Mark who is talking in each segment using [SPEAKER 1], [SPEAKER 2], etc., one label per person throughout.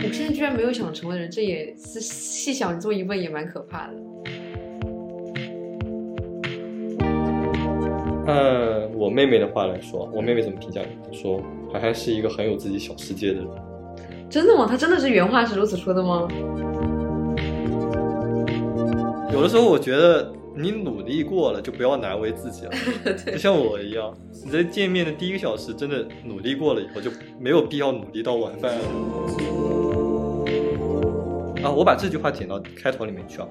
[SPEAKER 1] 本身居然没有想成为的人，这也是细想这么一问也蛮可怕的。
[SPEAKER 2] 按我妹妹的话来说，我妹妹怎么评价你？她说海海是一个很有自己小世界的人。
[SPEAKER 1] 真的吗？他真的是原话是如此说的 吗？
[SPEAKER 2] 有的时候我觉得你努力过了，就不要难为自己了。就
[SPEAKER 1] 对，
[SPEAKER 2] 像我一样，你在见面的第一个小时，真的努力过了以后，就没有必要努力到晚饭了。啊，我把这句话剪到开头里面去啊，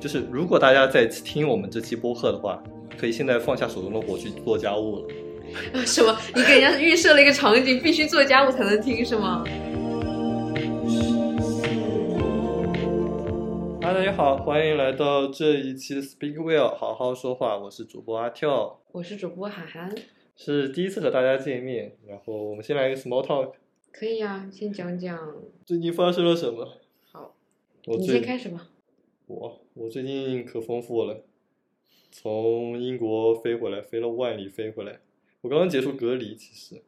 [SPEAKER 2] 就是如果大家在听我们这期播客的话，可以现在放下手中的活去做家务了。
[SPEAKER 1] 什么？你给人家预设了一个场景，必须做家务才能听是吗？
[SPEAKER 2] 哈，大家好，欢迎来到这一期的 Speak Well 好好说话，我是主播阿跳，
[SPEAKER 1] 我是主播涵涵，
[SPEAKER 2] 是第一次和大家见面，然后我们先来一个 small talk，
[SPEAKER 1] 可以呀、先讲讲。
[SPEAKER 2] 最近发生了什么？
[SPEAKER 1] 好，
[SPEAKER 2] 我
[SPEAKER 1] 你
[SPEAKER 2] 最
[SPEAKER 1] 先开始吧。
[SPEAKER 2] 我我最近可丰富了，从英国飞回来，飞了万里飞回来。我刚刚结束隔离，其实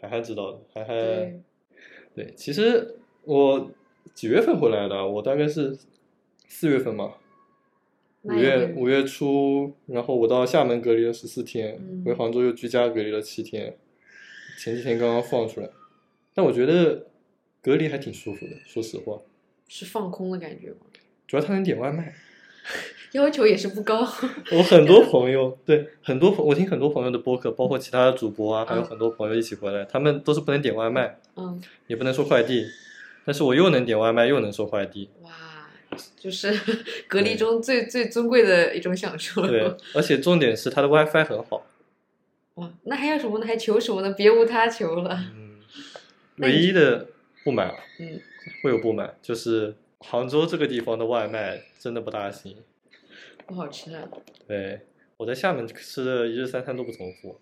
[SPEAKER 2] 涵涵知道的，涵涵
[SPEAKER 1] 对，
[SPEAKER 2] 对，其实我几月份回来的啊？我大概是四月份嘛，五
[SPEAKER 1] 那也
[SPEAKER 2] 月
[SPEAKER 1] 会
[SPEAKER 2] 五月初，然后我到厦门隔离了十四天，
[SPEAKER 1] 嗯
[SPEAKER 2] 回杭州又居家隔离了七天，前几天刚刚放出来。但我觉得隔离还挺舒服的，说实话，
[SPEAKER 1] 是放空的感觉吗？
[SPEAKER 2] 主要他能点外卖。
[SPEAKER 1] 要求也是不高。
[SPEAKER 2] 我很多朋友，对很多朋，我听很多朋友的播客，包括其他的主播啊，还有
[SPEAKER 1] 嗯
[SPEAKER 2] 很多朋友一起回来，他们都是不能点外卖，
[SPEAKER 1] 嗯，
[SPEAKER 2] 也不能收快递，但是我又能点外卖，又能收快递，
[SPEAKER 1] 哇，就是 隔离中最最尊贵的一种享受了。
[SPEAKER 2] 对，而且重点是它的 WiFi 很好，
[SPEAKER 1] 哇，那还要什么呢？还求什么呢？别无他求了。
[SPEAKER 2] 嗯，唯一的不满啊，
[SPEAKER 1] 嗯，
[SPEAKER 2] 会有不满，就是杭州这个地方的外卖真的不大行，
[SPEAKER 1] 不好吃啊！
[SPEAKER 2] 对我在厦门吃的一日三餐都不重复，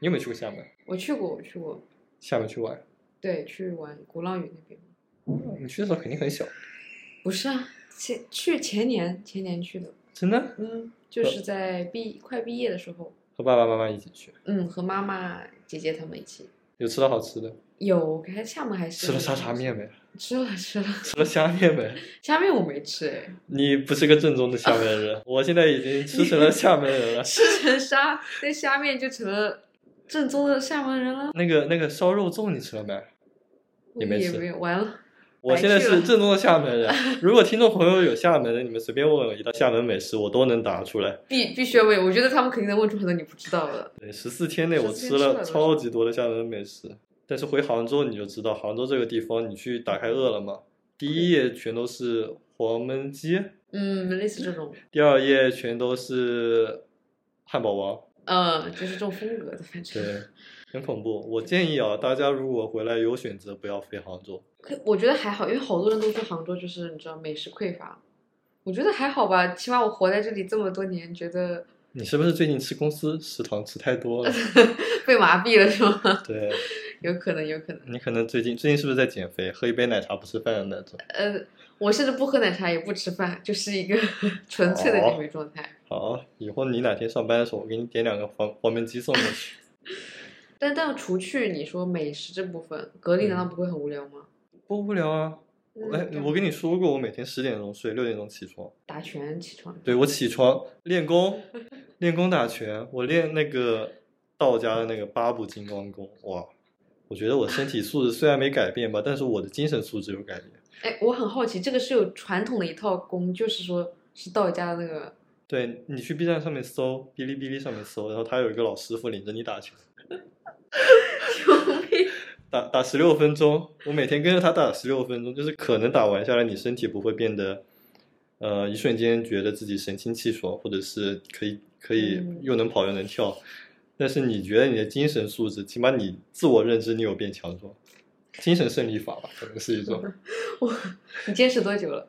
[SPEAKER 2] 你有没有去过厦门？
[SPEAKER 1] 我去过，我去过，
[SPEAKER 2] 厦门去玩，
[SPEAKER 1] 对，去玩鼓浪屿那边。
[SPEAKER 2] 你去的时候肯定很小，
[SPEAKER 1] 不是啊，前去前年前年去的，
[SPEAKER 2] 真的
[SPEAKER 1] 嗯，
[SPEAKER 2] 呃
[SPEAKER 1] 就是在毕快毕业的时候，
[SPEAKER 2] 和爸爸妈妈一起去，
[SPEAKER 1] 嗯，和妈妈、姐姐他们一起。
[SPEAKER 2] 有吃到好吃的。
[SPEAKER 1] 有，感觉厦门还是
[SPEAKER 2] 吃了沙茶，面没？
[SPEAKER 1] 吃了吃了，
[SPEAKER 2] 吃了虾面没？
[SPEAKER 1] 虾面我没吃哎，
[SPEAKER 2] 你不是个正宗的厦门人，我现在已经吃成了厦门 人了。
[SPEAKER 1] 吃成沙那虾面就成了正宗的厦门人了，
[SPEAKER 2] 那个那个烧肉粽你吃了没？
[SPEAKER 1] 我
[SPEAKER 2] 也没
[SPEAKER 1] 也
[SPEAKER 2] 吃
[SPEAKER 1] 没有完了，
[SPEAKER 2] 我现在
[SPEAKER 1] 白去
[SPEAKER 2] 是
[SPEAKER 1] 了
[SPEAKER 2] 正宗的厦 门人。如果听众朋友有厦门的，你们随便问我一道厦门美食，我都能答出来。
[SPEAKER 1] 必必须要问，我觉得他们肯定能问出很多你不知道的。
[SPEAKER 2] 对，十四天内我
[SPEAKER 1] 14天
[SPEAKER 2] 吃
[SPEAKER 1] 吃
[SPEAKER 2] 了
[SPEAKER 1] 了
[SPEAKER 2] 超级多的厦门美食，但是回杭州你就知道，杭州这个地方，你去打开饿了么，第一页全都是黄焖鸡，
[SPEAKER 1] 嗯，类似这 种，
[SPEAKER 2] 第二页全都是汉堡 王。
[SPEAKER 1] 嗯，就是这种风格的，反正。
[SPEAKER 2] 对，很恐怖。我建议啊，大家如果回来有选择，不要飞杭州。
[SPEAKER 1] 可我觉得还好，因为好多人都说杭州就是你知道美食匮乏，我觉得还好吧，起码我活在这里这么多年，觉得
[SPEAKER 2] 你是不是最近吃公司食堂吃太多 了？
[SPEAKER 1] 被麻痹了是吗？
[SPEAKER 2] 对
[SPEAKER 1] 有可能，有可能。
[SPEAKER 2] 你可能最近最近是不是在减肥，喝一杯奶茶不吃饭的那种？
[SPEAKER 1] 呃，我甚至不喝奶茶，也不吃饭，就是一个 纯粹的
[SPEAKER 2] 哦
[SPEAKER 1] 减肥状态。
[SPEAKER 2] 好，以后你哪天上班的时候，我给你点两个黄黄焖鸡送过去。
[SPEAKER 1] 但但除去你说美食这部分，隔离难道不会很无聊吗？
[SPEAKER 2] 不无聊啊！哎，
[SPEAKER 1] 嗯
[SPEAKER 2] 嗯我跟你说过，我每天十点钟睡，六点钟起床。
[SPEAKER 1] 打拳起床，
[SPEAKER 2] 对，我起床练功，练功打拳，我练那个道家的那个八部金刚功。哇，我觉得我身体素质虽然没改变吧，但是我的精神素质有改变。
[SPEAKER 1] 哎，我很好奇，这个是有传统的一套功，就是说是道家的那个，
[SPEAKER 2] 对你去 B 站上面搜，哔哩哔哩上面搜，然后他有一个老师傅领着你打球，打打十六分钟，我每天跟着他打十六分钟，就是可能打完下来，你身体不会变得，呃，一瞬间觉得自己神清气爽，或者是可以可以
[SPEAKER 1] 嗯
[SPEAKER 2] 又能跑又能跳，但是你觉得你的精神素质，起码你自我认知你有变强壮，精神胜利法吧，可能是一种。
[SPEAKER 1] 我 你坚持多久了？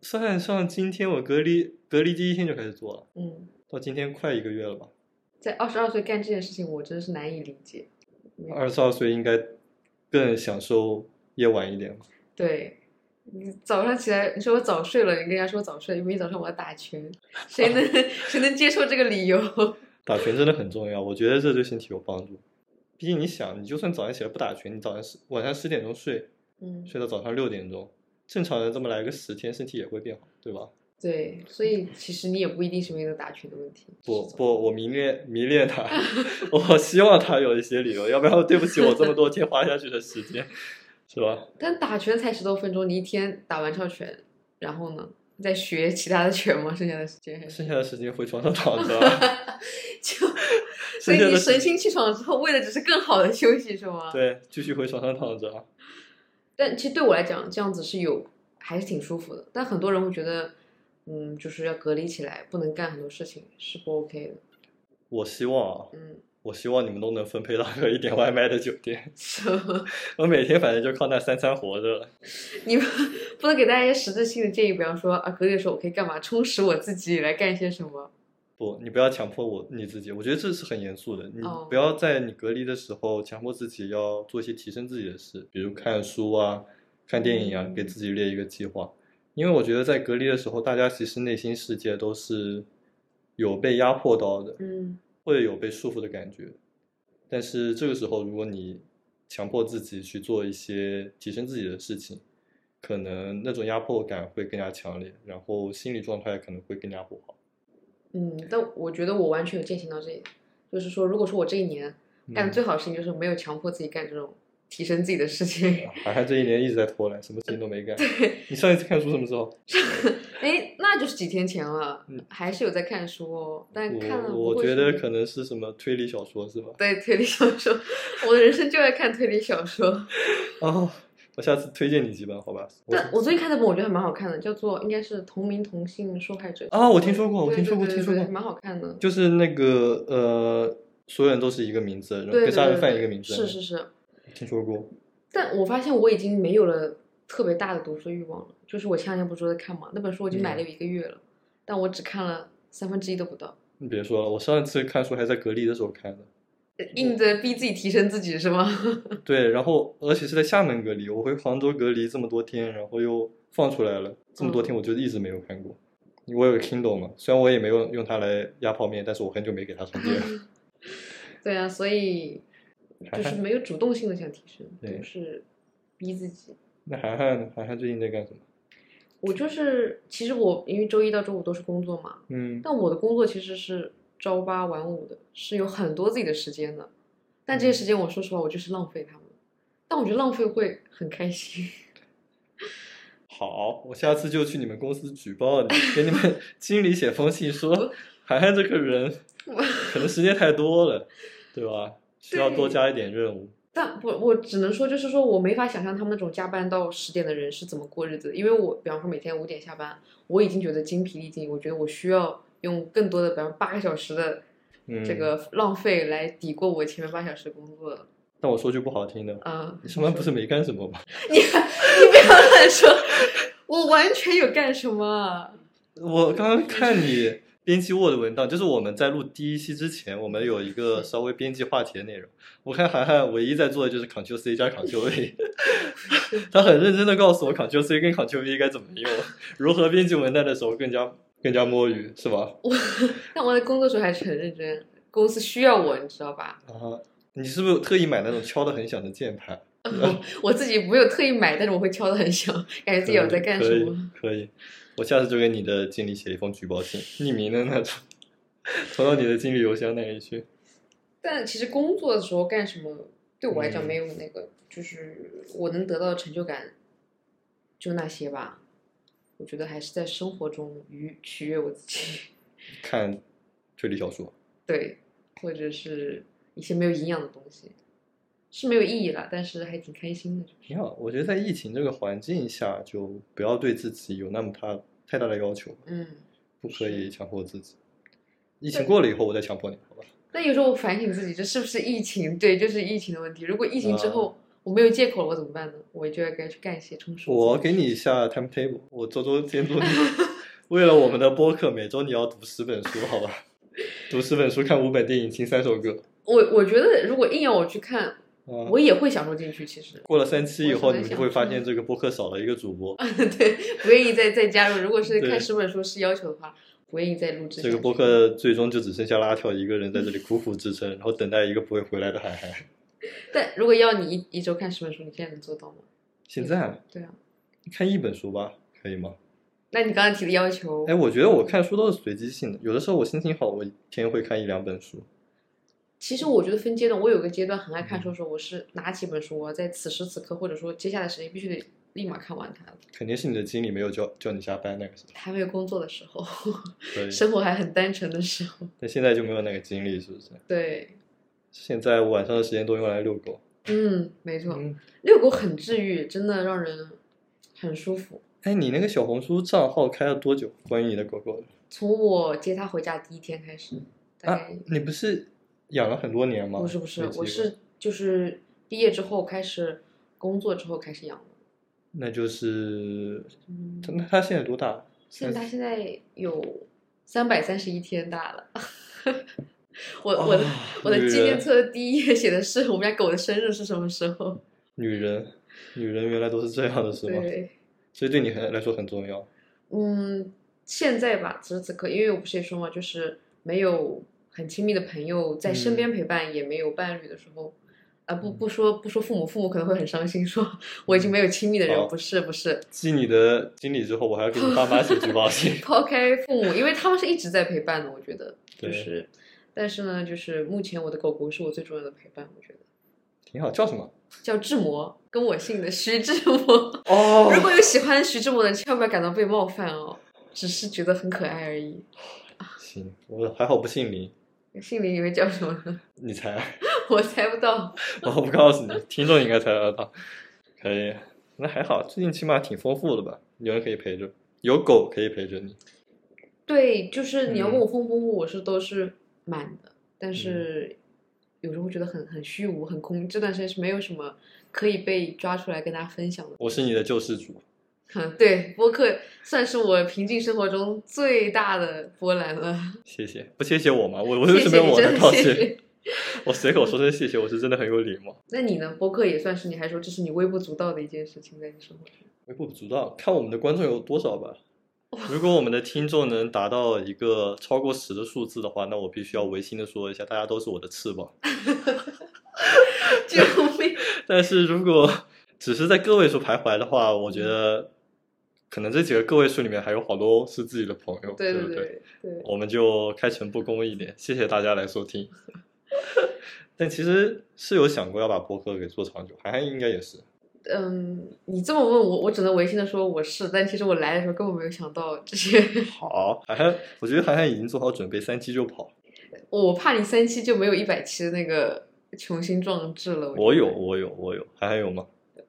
[SPEAKER 2] 算上今天我隔离隔离第一天就开始做了，
[SPEAKER 1] 嗯，
[SPEAKER 2] 到今天快一个月了吧。
[SPEAKER 1] 在二十二岁干这件事情，我真的是难以理解。嗯
[SPEAKER 2] 二十二岁应该更享受夜晚一点吧。
[SPEAKER 1] 对，你早上起来，你说我早睡了，你跟人家说我早睡，因为早上我要打拳，谁能 谁能接受这个理由？
[SPEAKER 2] 打拳真的很重要，我觉得这对身体有帮助。毕竟你想，你就算早上起来不打拳，你早上十晚上十点钟睡，
[SPEAKER 1] 嗯，
[SPEAKER 2] 睡到早上六点钟。正常人这么来个十天，身体也会变好，对吧？
[SPEAKER 1] 对，所以其实你也不一定是因为打拳的问题。
[SPEAKER 2] 不不，我迷恋迷恋他， 我希望他有一些理由，要不然对不起我这么多天花下去的时间， 是吧？
[SPEAKER 1] 但打拳才十多分钟，你一天打完套拳，然后呢，你再学其他的拳吗？剩下的时间还是
[SPEAKER 2] 剩下的时间回床上躺着啊，
[SPEAKER 1] 就，所
[SPEAKER 2] 剩
[SPEAKER 1] 以
[SPEAKER 2] 下
[SPEAKER 1] 你
[SPEAKER 2] 的
[SPEAKER 1] 神清气爽之后，为的只是更好的休息，是吗？。
[SPEAKER 2] 对，继续回床上躺着啊。
[SPEAKER 1] 但其实对我来讲，这样子是有还是挺舒服的。但很多人会觉得，嗯，就是要隔离起来，不能干很多事情，是不 OK 的。
[SPEAKER 2] 我希望啊，
[SPEAKER 1] 嗯，
[SPEAKER 2] 我希望你们都能分配到个一点外卖的酒店，
[SPEAKER 1] 什么？
[SPEAKER 2] 我每天反正就靠那三餐活着了。
[SPEAKER 1] 你们不能给大家一些实质性的建议，比方说啊，隔离的时候我可以干嘛，充实我自己，来干些什么？
[SPEAKER 2] 不，你不要强迫我你自己，我觉得这是很严肃的。你
[SPEAKER 1] 哦
[SPEAKER 2] 不要在你隔离的时候强迫自己要做一些提升自己的事，比如看书啊、看电影啊
[SPEAKER 1] 嗯，
[SPEAKER 2] 给自己列一个计划。因为我觉得在隔离的时候，大家其实内心世界都是有被压迫到的，
[SPEAKER 1] 嗯
[SPEAKER 2] 会有被束缚的感觉。但是这个时候，如果你强迫自己去做一些提升自己的事情，可能那种压迫感会更加强烈，然后心理状态可能会更加不好。
[SPEAKER 1] 嗯，但我觉得我完全有践行到这一点，就是说，如果说我这一年干的
[SPEAKER 2] 嗯
[SPEAKER 1] 最好的事情，就是没有强迫自己干这种提升自己的事情。
[SPEAKER 2] 好像这一年一直在拖懒，什么事情都没干。你上一次看书什么时候？
[SPEAKER 1] 哎，那就是几天前了
[SPEAKER 2] 嗯，
[SPEAKER 1] 还是有在看书哦，但看了
[SPEAKER 2] 我
[SPEAKER 1] 不
[SPEAKER 2] 我
[SPEAKER 1] 会
[SPEAKER 2] 觉
[SPEAKER 1] 是
[SPEAKER 2] 得可能是什么推理小说是吧？
[SPEAKER 1] 对推理小说，我的人生就爱看推理小 说。
[SPEAKER 2] 哦，我下次推荐你几本好吧？我
[SPEAKER 1] 但我最近看的本我觉得还蛮好看的，叫做应该是《同名同姓受害者》。
[SPEAKER 2] 啊，我听说过，我
[SPEAKER 1] 对
[SPEAKER 2] 听说过，
[SPEAKER 1] 对
[SPEAKER 2] 听
[SPEAKER 1] 对
[SPEAKER 2] 说
[SPEAKER 1] 对
[SPEAKER 2] 过
[SPEAKER 1] 还，蛮好看的。
[SPEAKER 2] 就是那个呃，所有人都是一个名字，然后
[SPEAKER 1] 对对
[SPEAKER 2] 跟杀人
[SPEAKER 1] 对
[SPEAKER 2] 犯
[SPEAKER 1] 对
[SPEAKER 2] 一个名字，嗯
[SPEAKER 1] 是是是，
[SPEAKER 2] 听说过。
[SPEAKER 1] 但我发现我已经没有了特别大的读书欲望了。就是我前两天不是说在看嘛，那本书我已经买了
[SPEAKER 2] 嗯
[SPEAKER 1] 有一个月了，但我只看了三分之一都不到，
[SPEAKER 2] 你别说了，我上一次看书还在隔离的时候看的。
[SPEAKER 1] 呃硬着逼自己提升自己是吗？
[SPEAKER 2] 对，然后而且是在厦门隔离，我回杭州隔离这么多天，然后又放出来了，这么多
[SPEAKER 1] 嗯
[SPEAKER 2] 天我就一直没有看过。我有个 Kindle 嘛，虽然我也没有用它来压泡面，但是我很久没给它充电 了。
[SPEAKER 1] 对啊，所以
[SPEAKER 2] 还
[SPEAKER 1] 就是没有主动性的想提升，
[SPEAKER 2] 对
[SPEAKER 1] 都是逼自己。
[SPEAKER 2] 那涵涵呢？涵涵最近在干什么？
[SPEAKER 1] 我就是，其实我因为周一到周五都是工作嘛，
[SPEAKER 2] 嗯，
[SPEAKER 1] 但我的工作其实是朝八晚五的，是有很多自己的时间的。但这些时
[SPEAKER 2] 嗯
[SPEAKER 1] 间，我说实话，我就是浪费他们。但我觉得浪费会很开心。
[SPEAKER 2] 好，我下次就去你们公司举报你，给 你们经理写封信说，涵涵这个人可能时间太多了，对吧？需要多
[SPEAKER 1] 对
[SPEAKER 2] 加一点任务。
[SPEAKER 1] 但我我只能说，就是说我没法想象他们那种加班到十点的人是怎么过日子的。因为我，比方说每天五点下班，我已经觉得精疲力尽，我觉得我需要用更多的，比方八个小时的
[SPEAKER 2] 嗯，
[SPEAKER 1] 这。个浪费来抵过我前面八小时的工作了。
[SPEAKER 2] 但我说句不好听的，
[SPEAKER 1] 啊、
[SPEAKER 2] 你上班不是没干什么吗？
[SPEAKER 1] 你你不要乱说，我完全有干什么？
[SPEAKER 2] 我刚刚看你编辑过的文档，就是我们在录第一期之前，我们有一个稍微编辑话题的内容。我看涵涵唯一在做的就是 Ctrl C 加 Ctrl V，他很认真的告诉我 Ctrl C 跟 Ctrl V 该怎么用，如何编辑文档的时候更加更加摸鱼，是吧？
[SPEAKER 1] 我但我在工作时候还是很认真，公司需要我，你知道吧？
[SPEAKER 2] 啊，你是不是特意买那种敲的很响的键盘？
[SPEAKER 1] 我自己没有特意买，但是我会敲的很响，感觉自己有在干什么。
[SPEAKER 2] 可以？可以，我下次就给你的经理写一封举报信，匿名的那种， 投到你的经理邮箱那里去。
[SPEAKER 1] 但其实工作的时候干什么，对我来讲
[SPEAKER 2] 嗯
[SPEAKER 1] 没有那个，就是我能得到的成就感，就那些吧。我觉得还是在生活中愉取悦我自己，
[SPEAKER 2] 看推理小说。
[SPEAKER 1] 对，或者是一些没有营养的东西，是没有意义了，但是还挺开心的。
[SPEAKER 2] 挺好，我觉得在疫情这个环境下，就不要对自己有那么大太大的要求，
[SPEAKER 1] 嗯，
[SPEAKER 2] 不可以
[SPEAKER 1] 是
[SPEAKER 2] 强迫自己。疫情过了以后，我再强迫你，好吧？
[SPEAKER 1] 但有时候我反省自己，这是不是疫情？对，就是疫情的问题。如果疫情
[SPEAKER 2] 啊
[SPEAKER 1] 之后、我没有借口了，我怎么办呢？我就要该去干一些充实自己的事。
[SPEAKER 2] 我给你下 timetable，我周周 监督你。 为了我们的播客，每周你要读十本书，好吧？读十本书，看五本电影，听三首歌。
[SPEAKER 1] 我我觉得如果硬要我去看，
[SPEAKER 2] 啊，
[SPEAKER 1] 我也会享受进去。其实，
[SPEAKER 2] 过了三期以后，
[SPEAKER 1] 我想啊
[SPEAKER 2] 你们就会发现这个播客少了一个主播，
[SPEAKER 1] 对，不愿意再再加入。如果是
[SPEAKER 2] 对
[SPEAKER 1] 看十本书是要求的话，不愿意再录制。
[SPEAKER 2] 这个播，客最终就只剩下拉条一个人在这里苦苦支撑，然后等待一个不会回来的涵涵。
[SPEAKER 1] 但如果要你一一周看十本书，你现在能做到吗？
[SPEAKER 2] 现在
[SPEAKER 1] 对啊，
[SPEAKER 2] 你看一本书吧，可以吗？
[SPEAKER 1] 那你刚才提的要求，
[SPEAKER 2] 哎，我觉得我看书都是随机性的，有的时候我心情好，我一天会看一两本书。
[SPEAKER 1] 其实我觉得分阶段，我有个阶段很爱
[SPEAKER 2] 嗯
[SPEAKER 1] 看书的时候，我是拿起一本书，我在此时此刻或者说接下来时间必须得立马看完它。
[SPEAKER 2] 肯定是你的经理没有叫叫你加班 那个时候，
[SPEAKER 1] 还没有工作的时候，
[SPEAKER 2] 对，
[SPEAKER 1] 生活还很单纯的时 候，
[SPEAKER 2] 但现在就没有那个精力，是不是？
[SPEAKER 1] 对，
[SPEAKER 2] 现在晚上的时间都用来遛狗。
[SPEAKER 1] 嗯，没错，
[SPEAKER 2] 嗯，
[SPEAKER 1] 遛狗很治愈，真的让人很舒服。
[SPEAKER 2] 哎，你那个小红书账号开了多久？关于你的狗狗的
[SPEAKER 1] 从我接它回家第一天开始，大
[SPEAKER 2] 啊
[SPEAKER 1] 概、？
[SPEAKER 2] 你不是养了很多年吗？
[SPEAKER 1] 不是不是
[SPEAKER 2] 没，记
[SPEAKER 1] 我
[SPEAKER 2] 过
[SPEAKER 1] 是就是毕业之后开始工作之后开始养的。
[SPEAKER 2] 那就是
[SPEAKER 1] 嗯，
[SPEAKER 2] 它那它现在多大？
[SPEAKER 1] 现在它现在有三百三十一天大了。 我
[SPEAKER 2] 哦
[SPEAKER 1] 我的、我的纪念
[SPEAKER 2] 女人
[SPEAKER 1] 册第一页写的是我们家狗的生日是什么时候？
[SPEAKER 2] 女人，女人原来都是这样的，是吗？
[SPEAKER 1] 对，
[SPEAKER 2] 所以对你很来说很重要。
[SPEAKER 1] 嗯，现在吧，此时此刻，因为我不是也说嘛，就是没有很亲密的朋友在身
[SPEAKER 2] 嗯
[SPEAKER 1] 边陪伴，也没有伴侣的时候，啊、不不说不说父母，父母可能会很伤心，说我已经没有亲密的人，
[SPEAKER 2] 嗯好
[SPEAKER 1] 不是不是，
[SPEAKER 2] 继你的经理之后，我还要给你爸妈写举报信。
[SPEAKER 1] 抛开父母，因为他们是一直在陪伴的，我觉得就
[SPEAKER 2] 对
[SPEAKER 1] 是，但是呢，就是目前我的狗狗是我最重要的陪伴，我觉得
[SPEAKER 2] 挺好，叫什么？
[SPEAKER 1] 叫志摩，跟我姓的徐志摩。
[SPEAKER 2] 哦
[SPEAKER 1] 如果有喜欢徐志摩的，千万不要感到被冒犯哦，只是觉得很可爱而已。
[SPEAKER 2] 行，我还好不姓林，
[SPEAKER 1] 姓林你会叫什么呢？
[SPEAKER 2] 你猜，
[SPEAKER 1] 我猜不到。
[SPEAKER 2] 我不告诉你，听众应该猜得到。可以，那还好，最近起码挺丰富的吧？有人可以陪着，有狗可以陪着你。
[SPEAKER 1] 对，就是你要
[SPEAKER 2] 嗯
[SPEAKER 1] 问我丰不丰富，我是都是满的，但是
[SPEAKER 2] 嗯
[SPEAKER 1] 有时候会觉得很很虚无、很空。这段时间是没有什么可以被抓出来跟大家分享的。
[SPEAKER 2] 我是你的救世主，
[SPEAKER 1] 嗯， 对，播客算是我平静生活中最大的波澜了。
[SPEAKER 2] 谢谢，不谢谢我吗？我我为
[SPEAKER 1] 谢
[SPEAKER 2] 什么
[SPEAKER 1] 谢
[SPEAKER 2] 要
[SPEAKER 1] 你，
[SPEAKER 2] 我
[SPEAKER 1] 真
[SPEAKER 2] 来
[SPEAKER 1] 的
[SPEAKER 2] 道
[SPEAKER 1] 谢
[SPEAKER 2] 歉？
[SPEAKER 1] 谢。
[SPEAKER 2] 我随口说声谢谢，我是真的很有礼貌，
[SPEAKER 1] 那你呢？播客也算是你还说这是你微不足道的一件事情，在你生活中。
[SPEAKER 2] 微不足道。看我们的观众有多少吧。如果我们的听众能达到一个超过十的数字的话，那我必须要违心的说一下，大家都是我的翅膀。
[SPEAKER 1] 救命！
[SPEAKER 2] 但是如果只是在个位数徘徊的话，我觉得可能这几个个位数里面还有好多是自己的朋友，
[SPEAKER 1] 对
[SPEAKER 2] 不
[SPEAKER 1] 对对对，
[SPEAKER 2] 我们就开诚布公一点，谢谢大家来收听。 但其实是有想过要把博客给做长久，涵涵应该也是。
[SPEAKER 1] 嗯，你这么问我，我只能违心的说我是，但其实我来的时候根本没有想到这些。
[SPEAKER 2] 好，涵涵，我觉得涵涵已经做好准备，三期就跑。
[SPEAKER 1] 我怕你三期就没有一百期的那个雄心壮志了。
[SPEAKER 2] 我
[SPEAKER 1] 觉
[SPEAKER 2] 有，
[SPEAKER 1] 得，
[SPEAKER 2] 我有，我有，涵涵有吗？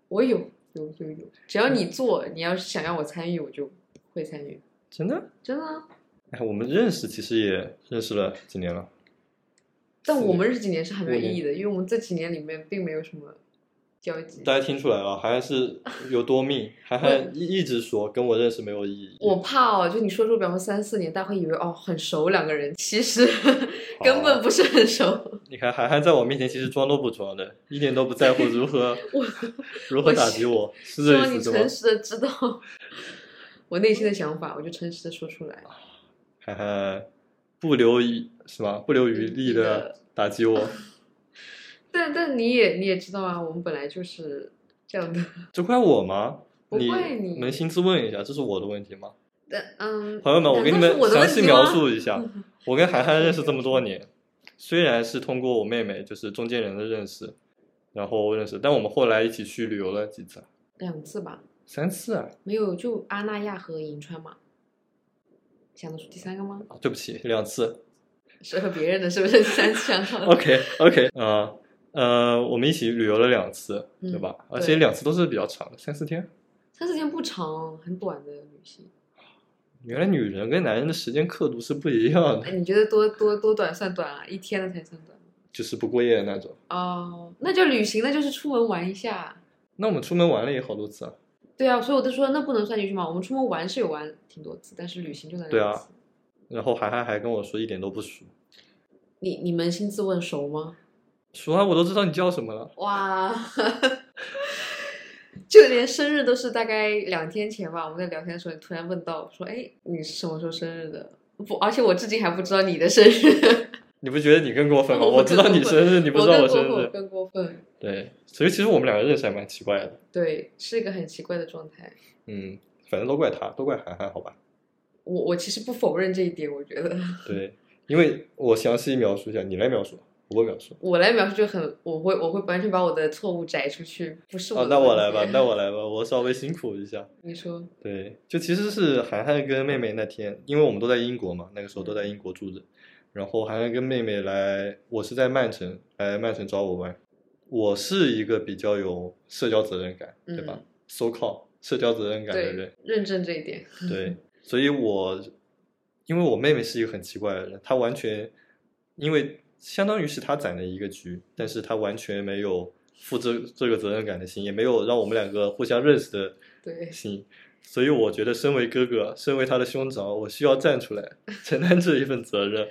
[SPEAKER 1] 我有，有有有，只要
[SPEAKER 2] 嗯
[SPEAKER 1] 你做，你要是想让我参与，我就会参与。
[SPEAKER 2] 真的？
[SPEAKER 1] 真的啊，
[SPEAKER 2] 哎，我们认识其实也认识了几年了，
[SPEAKER 1] 但
[SPEAKER 2] 四
[SPEAKER 1] 我们这几年是很没有
[SPEAKER 2] 五
[SPEAKER 1] 意
[SPEAKER 2] 年
[SPEAKER 1] 义的，因为我们这几年里面并没有什么交集。
[SPEAKER 2] 大家听出来了，涵涵是有多命。涵涵一一直说跟我认识没有意义。
[SPEAKER 1] 我怕哦，就你说出，比方说三四年，大家会以为哦很熟两个人，其 实根
[SPEAKER 2] 哦
[SPEAKER 1] 本不是很熟。
[SPEAKER 2] 你看，涵涵在我面前其实装都不装的，一点都不在乎如何
[SPEAKER 1] 我
[SPEAKER 2] 如何打击我，是
[SPEAKER 1] 希
[SPEAKER 2] 这
[SPEAKER 1] 望
[SPEAKER 2] 意
[SPEAKER 1] 你
[SPEAKER 2] 思是吗
[SPEAKER 1] 诚？实的知道 我内心的想法，我就诚实的说出来。
[SPEAKER 2] 涵涵不留余是吗？不留余
[SPEAKER 1] 嗯
[SPEAKER 2] 力的打击我，
[SPEAKER 1] 但但你也你也知道啊，我们本来就是这样的。
[SPEAKER 2] 这怪我吗？
[SPEAKER 1] 不怪你
[SPEAKER 2] 扪心自问一下，这是我的问题吗？
[SPEAKER 1] 但嗯，
[SPEAKER 2] 朋友们，我给你们
[SPEAKER 1] 难道是我的
[SPEAKER 2] 详
[SPEAKER 1] 问
[SPEAKER 2] 细
[SPEAKER 1] 题
[SPEAKER 2] 描
[SPEAKER 1] 吗
[SPEAKER 2] 述 一下，我跟涵涵认识这么多年，虽然是通过我妹妹，就是中间人的认识，然后认识，但我们后来一起去旅游了几次啊，
[SPEAKER 1] 两次吧，
[SPEAKER 2] 三次啊？
[SPEAKER 1] 没有就阿那亚和银川嘛。想得出第三个吗？
[SPEAKER 2] 哦对不起，两次，
[SPEAKER 1] 是和别人的，是不是？第三次想 到的
[SPEAKER 2] OK OK，啊、呃，我们一起旅游了两次，对吧？
[SPEAKER 1] 嗯
[SPEAKER 2] 而
[SPEAKER 1] 对
[SPEAKER 2] 且两次都是比较长的，三四天。
[SPEAKER 1] 三四天不长，很短的旅行。
[SPEAKER 2] 原来女人跟男人的时间刻度是不一样的，
[SPEAKER 1] 哎，你觉得多多多短算短啊？一天的才算短。
[SPEAKER 2] 就是不过夜的那种。
[SPEAKER 1] 哦，那叫旅行，那就是出门玩一下。
[SPEAKER 2] 那我们出门玩了也好多次啊，
[SPEAKER 1] 对啊，所以我就说那不能算进去嘛。我们出门玩是有玩挺多次，但是旅行就那
[SPEAKER 2] 对啊
[SPEAKER 1] 两次。
[SPEAKER 2] 然后涵涵还跟我说一点都不熟，
[SPEAKER 1] 你你扪心自问熟吗？
[SPEAKER 2] 熟啊，我都知道你叫什么了。
[SPEAKER 1] 哇， 就连生日都是大概两天前吧。我们在聊天的时候，你突然问到说：“哎，你是什么时候生日的？”不，而且我至今还不知道你的生日，
[SPEAKER 2] 你不觉得你更过分 吗？
[SPEAKER 1] 我
[SPEAKER 2] 我知道你生日，你不知道
[SPEAKER 1] 更
[SPEAKER 2] 我
[SPEAKER 1] 过
[SPEAKER 2] 生
[SPEAKER 1] 分，我
[SPEAKER 2] 日。
[SPEAKER 1] 更过分。
[SPEAKER 2] 对，所以其实我们两个认识还蛮奇怪的，
[SPEAKER 1] 对，是一个很奇怪的状态。
[SPEAKER 2] 嗯，反正都怪他，都怪涵涵，好 吧？
[SPEAKER 1] 我我其实不否认这一点，我觉得
[SPEAKER 2] 对，因为我详细描述一下，你来描述，我不描述。
[SPEAKER 1] 我来描述就很，我会我会完全把我的错误摘出去，不是我
[SPEAKER 2] 哦，
[SPEAKER 1] 的问题、
[SPEAKER 2] 那我来吧，那我来吧，我稍微辛苦一下。
[SPEAKER 1] 你说，
[SPEAKER 2] 对，就其实是涵涵跟妹妹那天，因为我们都在英国嘛，那个时候都在英国住着，然后涵涵跟妹妹来，我是在曼城来曼城找我玩。我是一个比较有社交责任感，对吧、
[SPEAKER 1] 嗯
[SPEAKER 2] s o called 社交责任感的人
[SPEAKER 1] 对，，认证这一点，
[SPEAKER 2] 对，所以我因为我妹妹是一个很奇怪的人，她完全因为相当于是她攒的一个局，但是她完全没有负这这个责任感的心，也没有让我们两个互相认识的
[SPEAKER 1] 对，
[SPEAKER 2] 心，所以我觉得身为哥哥，身为她的兄长，我需要站出来承担这一份责任。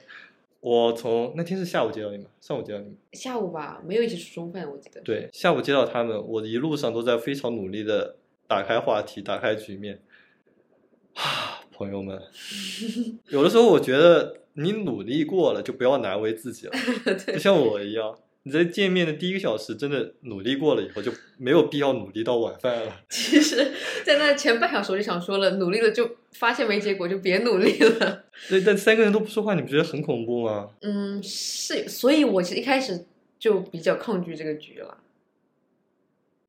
[SPEAKER 2] 我从那天是下午接到你们，上午接到你们，
[SPEAKER 1] 下午吧，没有一起吃中饭，我记得，
[SPEAKER 2] 对，下午接到他们，我一路上都在非常努力的打开话题，打开局面。啊，朋友们，有的时候我觉得你努力过了，就不要难为自己了，不
[SPEAKER 1] 对，
[SPEAKER 2] 像我一样。你在见面的第一个小时，真的努力过了以后，就没有必要努力到晚饭了。
[SPEAKER 1] 其实，在那前半小时我就想说了，努力了就发现没结果，就别努力了。
[SPEAKER 2] 对，但三个人都不说话，你不觉得很恐怖吗？
[SPEAKER 1] 嗯，是，所以我其实一开始就比较抗拒这个局了，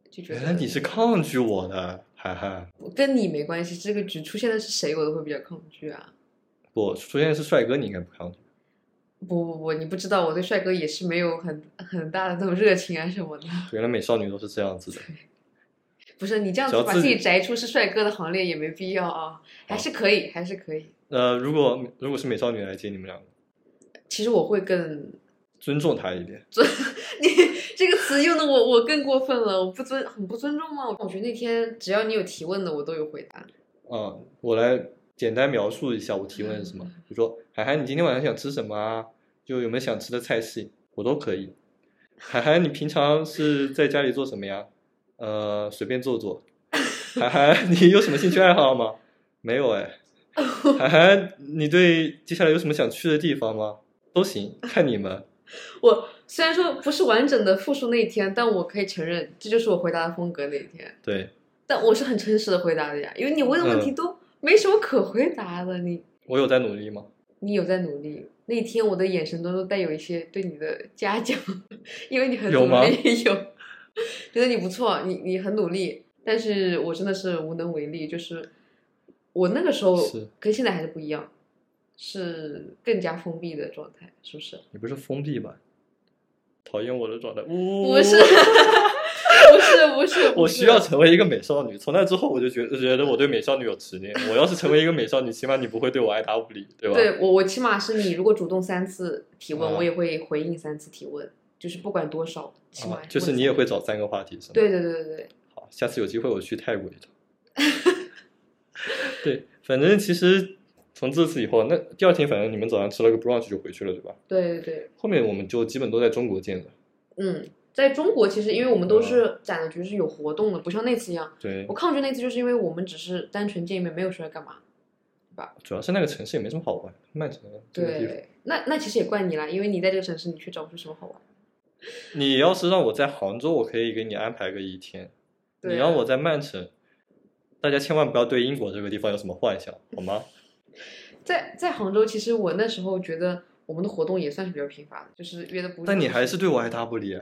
[SPEAKER 1] 就觉
[SPEAKER 2] 原来
[SPEAKER 1] 得
[SPEAKER 2] 哎你是抗拒我的，涵涵。
[SPEAKER 1] 我跟你没关系，这个局出现的是谁，我都会比较抗拒啊。
[SPEAKER 2] 不，出现是帅哥，你应该不抗拒。
[SPEAKER 1] 不不不，你不知道，我对帅哥也是没有很很大的那种热情啊什么的。
[SPEAKER 2] 原来美少女都是这样子的。
[SPEAKER 1] 不是你这样
[SPEAKER 2] 只要
[SPEAKER 1] 子把
[SPEAKER 2] 自
[SPEAKER 1] 自
[SPEAKER 2] 己
[SPEAKER 1] 己摘出是帅哥的行列也没必要啊，还是可以，还是可以。
[SPEAKER 2] 呃，如果如果是美少女来接你们两个，
[SPEAKER 1] 其实我会更，
[SPEAKER 2] 尊重她一点。
[SPEAKER 1] 你 这个词用的我我更过分了，我不尊很不尊重吗？我觉得那天只要你有提问的，我都有回答。
[SPEAKER 2] 啊，我来简单描述一下我提问是什么，比如说海涵，你今天晚上想吃什么啊？就有没有想吃的菜系，我都可以。海涵，你平常是在家里做什么呀？呃，随便做做。海涵，你有什么兴趣爱好吗？没有哎。海涵，你对接下来有什么想去的地方吗？都行，看你们。
[SPEAKER 1] 我虽然说不是完整的复述那一天，但我可以承认，这就是我回答的风格那一天。
[SPEAKER 2] 对
[SPEAKER 1] 但我是很诚实的回答的呀，因为你问的问题都没什么可回答的，你
[SPEAKER 2] 我有在努力吗？
[SPEAKER 1] 你有在努力。那一天我的眼神中都带有一些对你的嘉奖， 因为你很努
[SPEAKER 2] 有吗
[SPEAKER 1] 力，有觉得你不错，你你很努力，但是我真的是无能为力，就是我那个时候
[SPEAKER 2] 是
[SPEAKER 1] 跟现在还是不一样，是更加封闭的状态，是不是？
[SPEAKER 2] 你不是封闭吧？讨厌我的状态？不
[SPEAKER 1] 不是， 不是，不 是，不
[SPEAKER 2] 我
[SPEAKER 1] 是啊
[SPEAKER 2] 需要成为一个美少女。从那之后，我就觉觉得我对美少女有执念。我要是成为一个美少女，起码你不会对我爱答不理，对吧？
[SPEAKER 1] 对我，我起码是你如果主动三次提问，
[SPEAKER 2] 啊
[SPEAKER 1] 我也会回应三次提问，就是不管多少，起码、
[SPEAKER 2] 啊，就是你也。会找三个话题，是吗？。
[SPEAKER 1] 对对对对对，
[SPEAKER 2] 好，下次有机会我去泰国一趟。 对，反正其实从这次以后，那第二天反正你们早上吃了个 brunch 就回去了，对吧？
[SPEAKER 1] 对对对，
[SPEAKER 2] 后面我们就基本都在中国见的。
[SPEAKER 1] 嗯，在中国其实因为我们都
[SPEAKER 2] 嗯
[SPEAKER 1] 是攒的局是有活动的，不像那次一样。
[SPEAKER 2] 对
[SPEAKER 1] 我，抗拒那次就是因为我们只是单纯见面，没有说要干嘛。
[SPEAKER 2] 主要是那个城市也没什么好玩，曼城啊这个地方。
[SPEAKER 1] 对，那那其实也怪你啦，因为你在这个城市，你却找不出什么好玩。
[SPEAKER 2] 你要是让我在杭州，我可以给你安排个一天。
[SPEAKER 1] 对啊
[SPEAKER 2] 你让我在曼城，大家千万不要对英国这个地方有什么幻想，好吗？
[SPEAKER 1] 在在杭州，其实我那时候觉得我们的活动也算是比较频繁的，就是约的不。
[SPEAKER 2] 但你还是对我爱答不理，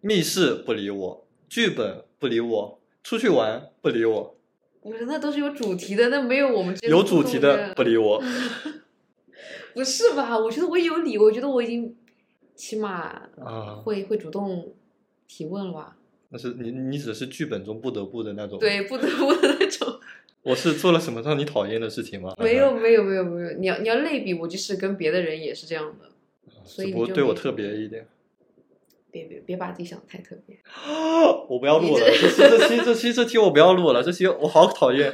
[SPEAKER 2] 密室不理我，剧本不理我，出去玩不理我，
[SPEAKER 1] 我觉得那都是有主题的，那没有我们之间
[SPEAKER 2] 有
[SPEAKER 1] 互
[SPEAKER 2] 主
[SPEAKER 1] 动
[SPEAKER 2] 题的不理我。
[SPEAKER 1] 不是吧？我觉得我有理，我觉得我已经起码
[SPEAKER 2] 啊，
[SPEAKER 1] 会会主动提问了吧？
[SPEAKER 2] 那是你，你指的是剧本中不得不的那种。，
[SPEAKER 1] 对，不得不的那种。
[SPEAKER 2] 我是做了什么让你讨厌的事情吗？
[SPEAKER 1] 没有，没有，没有，没有。你要你要类比，我就是跟别的人也是这样的。所以你
[SPEAKER 2] 只嗯不过
[SPEAKER 1] 就
[SPEAKER 2] 对
[SPEAKER 1] 没
[SPEAKER 2] 我
[SPEAKER 1] 什
[SPEAKER 2] 特
[SPEAKER 1] 么
[SPEAKER 2] 别一点。
[SPEAKER 1] 别别别把自己想得太特别。
[SPEAKER 2] 我不要录了，
[SPEAKER 1] 你
[SPEAKER 2] 这期这期这期这期我不要录了，这期我好讨厌。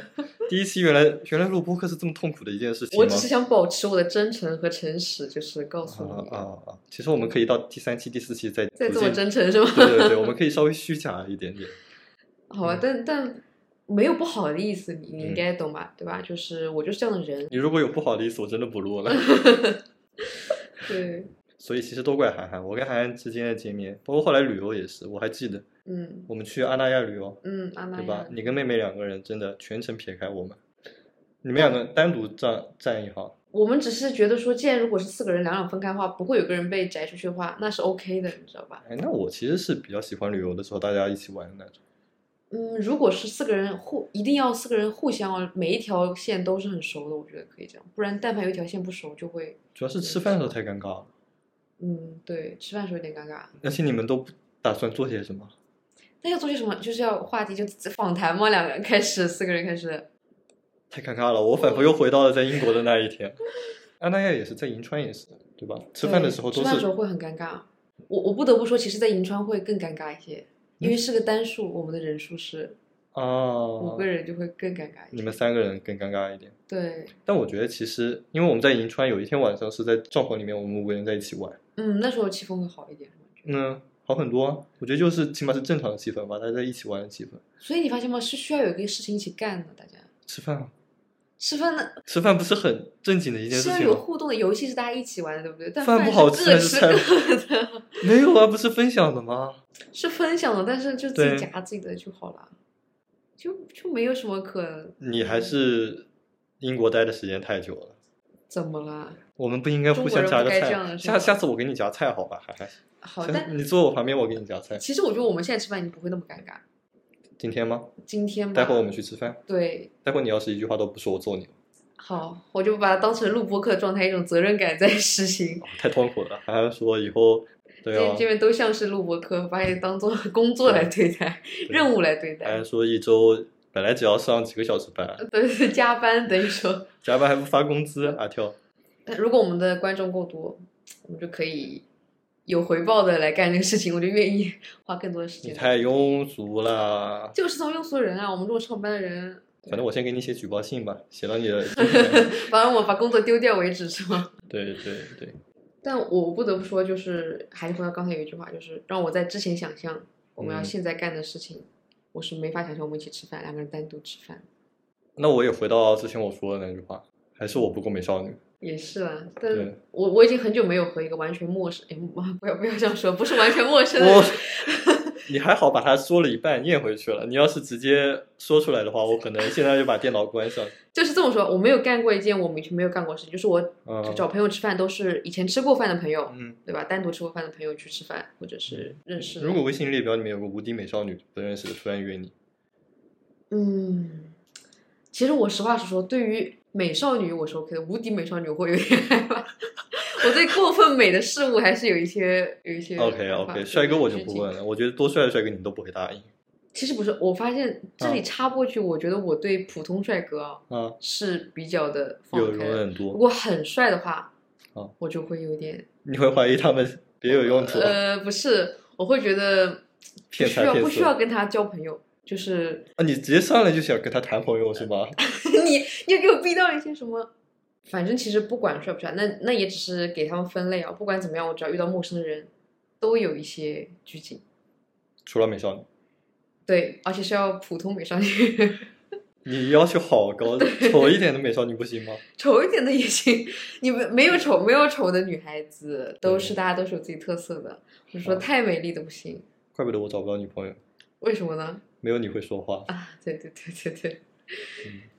[SPEAKER 2] 第一期原来原来录播客是这么痛苦的一件事情吗？
[SPEAKER 1] 我只是想保持我的真诚和诚实，就是告诉
[SPEAKER 2] 啊
[SPEAKER 1] 你，
[SPEAKER 2] 啊啊！其实我们可以到第三期、第四期再
[SPEAKER 1] 再
[SPEAKER 2] 逐
[SPEAKER 1] 这么
[SPEAKER 2] 渐
[SPEAKER 1] 真诚是吗？
[SPEAKER 2] 对对对，我们可以稍微虚假一点点。
[SPEAKER 1] 好吧，但但没有不好的意思，你你
[SPEAKER 2] 嗯
[SPEAKER 1] 应该懂吧？对吧？就是我就是这样的人。
[SPEAKER 2] 你如果有不好的意思，我真的不录了。
[SPEAKER 1] 对，
[SPEAKER 2] 所以其实都怪韩寒。我跟韩寒之间的见面，包括后来旅游也是，我还记得
[SPEAKER 1] 嗯
[SPEAKER 2] 我们去阿那亚旅游，
[SPEAKER 1] 嗯，阿那
[SPEAKER 2] 对吧
[SPEAKER 1] 亚？，
[SPEAKER 2] 你跟妹妹两个人真的全程撇开我们，你们两个单独站站一号，
[SPEAKER 1] 我们只是觉得说，既然如果是四个人两两分开的话，不会有个人被摘出去的话，那是 OK 的，你知道吧？
[SPEAKER 2] 哎，那我其实是比较喜欢旅游的时候大家一起玩的那种。
[SPEAKER 1] 嗯，如果是四个人互，一定要四个人互相哦，每一条线都是很熟的，我觉得可以这样，不然但凡有一条线不熟，就会，
[SPEAKER 2] 主要是吃饭的时候太尴尬了，
[SPEAKER 1] 嗯，对，吃饭时候有点尴尬。
[SPEAKER 2] 而且你们都不打算做些什么。
[SPEAKER 1] 那要做些什么？就是要话题就访谈嘛，两个人开始，四个人开始。
[SPEAKER 2] 太尴尬了，我仿佛又回到了在英国的那一天。安那亚也是，在银川也是，对吧？吃饭的时候
[SPEAKER 1] 对
[SPEAKER 2] 都
[SPEAKER 1] 吃饭的
[SPEAKER 2] 是
[SPEAKER 1] 时候会很尴尬。我我不得不说，其实，在银川会更尴尬一些，因为
[SPEAKER 2] 嗯
[SPEAKER 1] 是个单数，我们的人数是五
[SPEAKER 2] 啊
[SPEAKER 1] 个，人，就会更尴尬一
[SPEAKER 2] 你
[SPEAKER 1] 些。
[SPEAKER 2] 们三个人更尴尬一点。
[SPEAKER 1] 对，
[SPEAKER 2] 但我觉得其实，因为我们在银川有一天晚上是在帐篷里面，我们五个人在一起玩，
[SPEAKER 1] 嗯，那时候气氛会好一点，我觉得。
[SPEAKER 2] 嗯，好很多啊。我觉得就是起码是正常的气氛吧，大家在一起玩的气氛。
[SPEAKER 1] 所以你发现吗？是需要有一个事情一起干的，大家
[SPEAKER 2] 吃饭啊，
[SPEAKER 1] 吃饭的
[SPEAKER 2] 吃饭不是很正经的一件
[SPEAKER 1] 是
[SPEAKER 2] 事
[SPEAKER 1] 要
[SPEAKER 2] 情
[SPEAKER 1] 有
[SPEAKER 2] 吗？
[SPEAKER 1] 互动的，游戏是大家一起玩的，对不对？但
[SPEAKER 2] 饭不
[SPEAKER 1] 是
[SPEAKER 2] 好吃
[SPEAKER 1] 各
[SPEAKER 2] 还是
[SPEAKER 1] 吃
[SPEAKER 2] 菜
[SPEAKER 1] 各 的，
[SPEAKER 2] 没有啊，不是分享的吗？
[SPEAKER 1] 是分享的，但是就自
[SPEAKER 2] 对
[SPEAKER 1] 己夹自己的就好了，就就没有什么可
[SPEAKER 2] 你还是英国待的时间太久了。
[SPEAKER 1] 怎么了。
[SPEAKER 2] 我们不应该互相夹个
[SPEAKER 1] 中国人不该这样
[SPEAKER 2] 菜，
[SPEAKER 1] 的是
[SPEAKER 2] 下
[SPEAKER 1] 吗
[SPEAKER 2] 下次我给你夹菜好吧？还还
[SPEAKER 1] 好，
[SPEAKER 2] 行嗯
[SPEAKER 1] 但
[SPEAKER 2] 你坐我旁边，我给你夹菜。
[SPEAKER 1] 其实我觉得我们现在吃饭已经不会那么尴尬。
[SPEAKER 2] 今天吗？
[SPEAKER 1] 今天吧，
[SPEAKER 2] 待会儿我们去吃饭。
[SPEAKER 1] 对，
[SPEAKER 2] 待会儿你要是一句话都不说，我揍你！
[SPEAKER 1] 好，我就把它当成录播课状态，一种责任感在 实行。
[SPEAKER 2] 太痛苦了。还说以后，对
[SPEAKER 1] 这
[SPEAKER 2] 啊
[SPEAKER 1] 这，边都像是录播课，把你当做工作来对待， 任务来对待
[SPEAKER 2] 还，说一周本来只要上几个小时班，
[SPEAKER 1] 对， 加班等于说，
[SPEAKER 2] 加班还不发工资，啊阿跳。
[SPEAKER 1] 但如果我们的观众够多，我们就可以有回报的来干这个事情，我就愿意花更多的时
[SPEAKER 2] 你
[SPEAKER 1] 间。
[SPEAKER 2] 太庸俗啦！
[SPEAKER 1] 这个是从庸俗人啊，我们这种上班的人，
[SPEAKER 2] 反正我先给你写举报信吧，写到你 的经理。
[SPEAKER 1] 反正我把工作丢掉为止，是吗？
[SPEAKER 2] 对对对，
[SPEAKER 1] 但我不得不说，就是还是回到刚才有一句话，就是让我在之前想象我们要
[SPEAKER 2] 嗯
[SPEAKER 1] 现在干的事情，我是没法想象我们一起吃饭，两个人单独吃饭
[SPEAKER 2] 那我也回到之前我说的那句话，还是我不够美少女。
[SPEAKER 1] 也是啦。但
[SPEAKER 2] 对
[SPEAKER 1] 我我已经很久没有和一个完全陌生，哎，不不要不要这样说，不是完全陌生的人
[SPEAKER 2] 我，你还好把它说了一半念回去了。你要是直接说出来的话，我可能现在就把电脑关上。
[SPEAKER 1] 就是这么说，我没有干过一件我以前没有干过的事情，就是我
[SPEAKER 2] 嗯
[SPEAKER 1] 找朋友吃饭都是以前吃过饭的朋友，
[SPEAKER 2] 嗯，
[SPEAKER 1] 对吧？单独吃过饭的朋友去吃饭，或者是认识的。
[SPEAKER 2] 如果微信列表里面有个无敌美少女不认识的突然约你，
[SPEAKER 1] 嗯，其实我实话实说，对于美少女我是 OK 的，无敌美少女我会有点害怕。我对过分美的事物还是有一些有一些
[SPEAKER 2] OK
[SPEAKER 1] 害怕
[SPEAKER 2] OK，帅哥我就不。
[SPEAKER 1] 对
[SPEAKER 2] 问
[SPEAKER 1] 对
[SPEAKER 2] 了，我觉得多帅的帅哥你都不会答应
[SPEAKER 1] 其实不是，我发现这
[SPEAKER 2] 嗯
[SPEAKER 1] 里插播一句，我觉得我对普通帅哥啊
[SPEAKER 2] 啊，
[SPEAKER 1] 是比较的放
[SPEAKER 2] 有
[SPEAKER 1] 开
[SPEAKER 2] 容
[SPEAKER 1] 的。
[SPEAKER 2] 忍
[SPEAKER 1] 如
[SPEAKER 2] 度，
[SPEAKER 1] 果很帅的话，
[SPEAKER 2] 哦
[SPEAKER 1] 我就会有点
[SPEAKER 2] 你会怀疑他们别有用啊途，
[SPEAKER 1] 呃，不是，我会觉 得不
[SPEAKER 2] 骗
[SPEAKER 1] 需
[SPEAKER 2] 财
[SPEAKER 1] 要
[SPEAKER 2] 骗
[SPEAKER 1] 不需要
[SPEAKER 2] 色
[SPEAKER 1] 跟他交朋友，就是
[SPEAKER 2] 啊！你直接上来就想跟他谈朋友是吗？
[SPEAKER 1] 你你给我逼到一些什么？反正其实不管帅不帅，那那也只是给他们分类啊。不管怎么样，我只要遇到陌生的人，都有一些拘谨。
[SPEAKER 2] 除了美少女，
[SPEAKER 1] 对，而且是要普通美少女，
[SPEAKER 2] 你要求好高，丑一点的美少女不行吗？
[SPEAKER 1] 丑一点的也行。你们没有丑，没有丑的女孩子，都是大家都是有自己特色的。我说太美丽的不行，
[SPEAKER 2] 怪不得我找不到女朋友，
[SPEAKER 1] 为什么呢？
[SPEAKER 2] 没有你会说话。
[SPEAKER 1] 啊，对对对对对。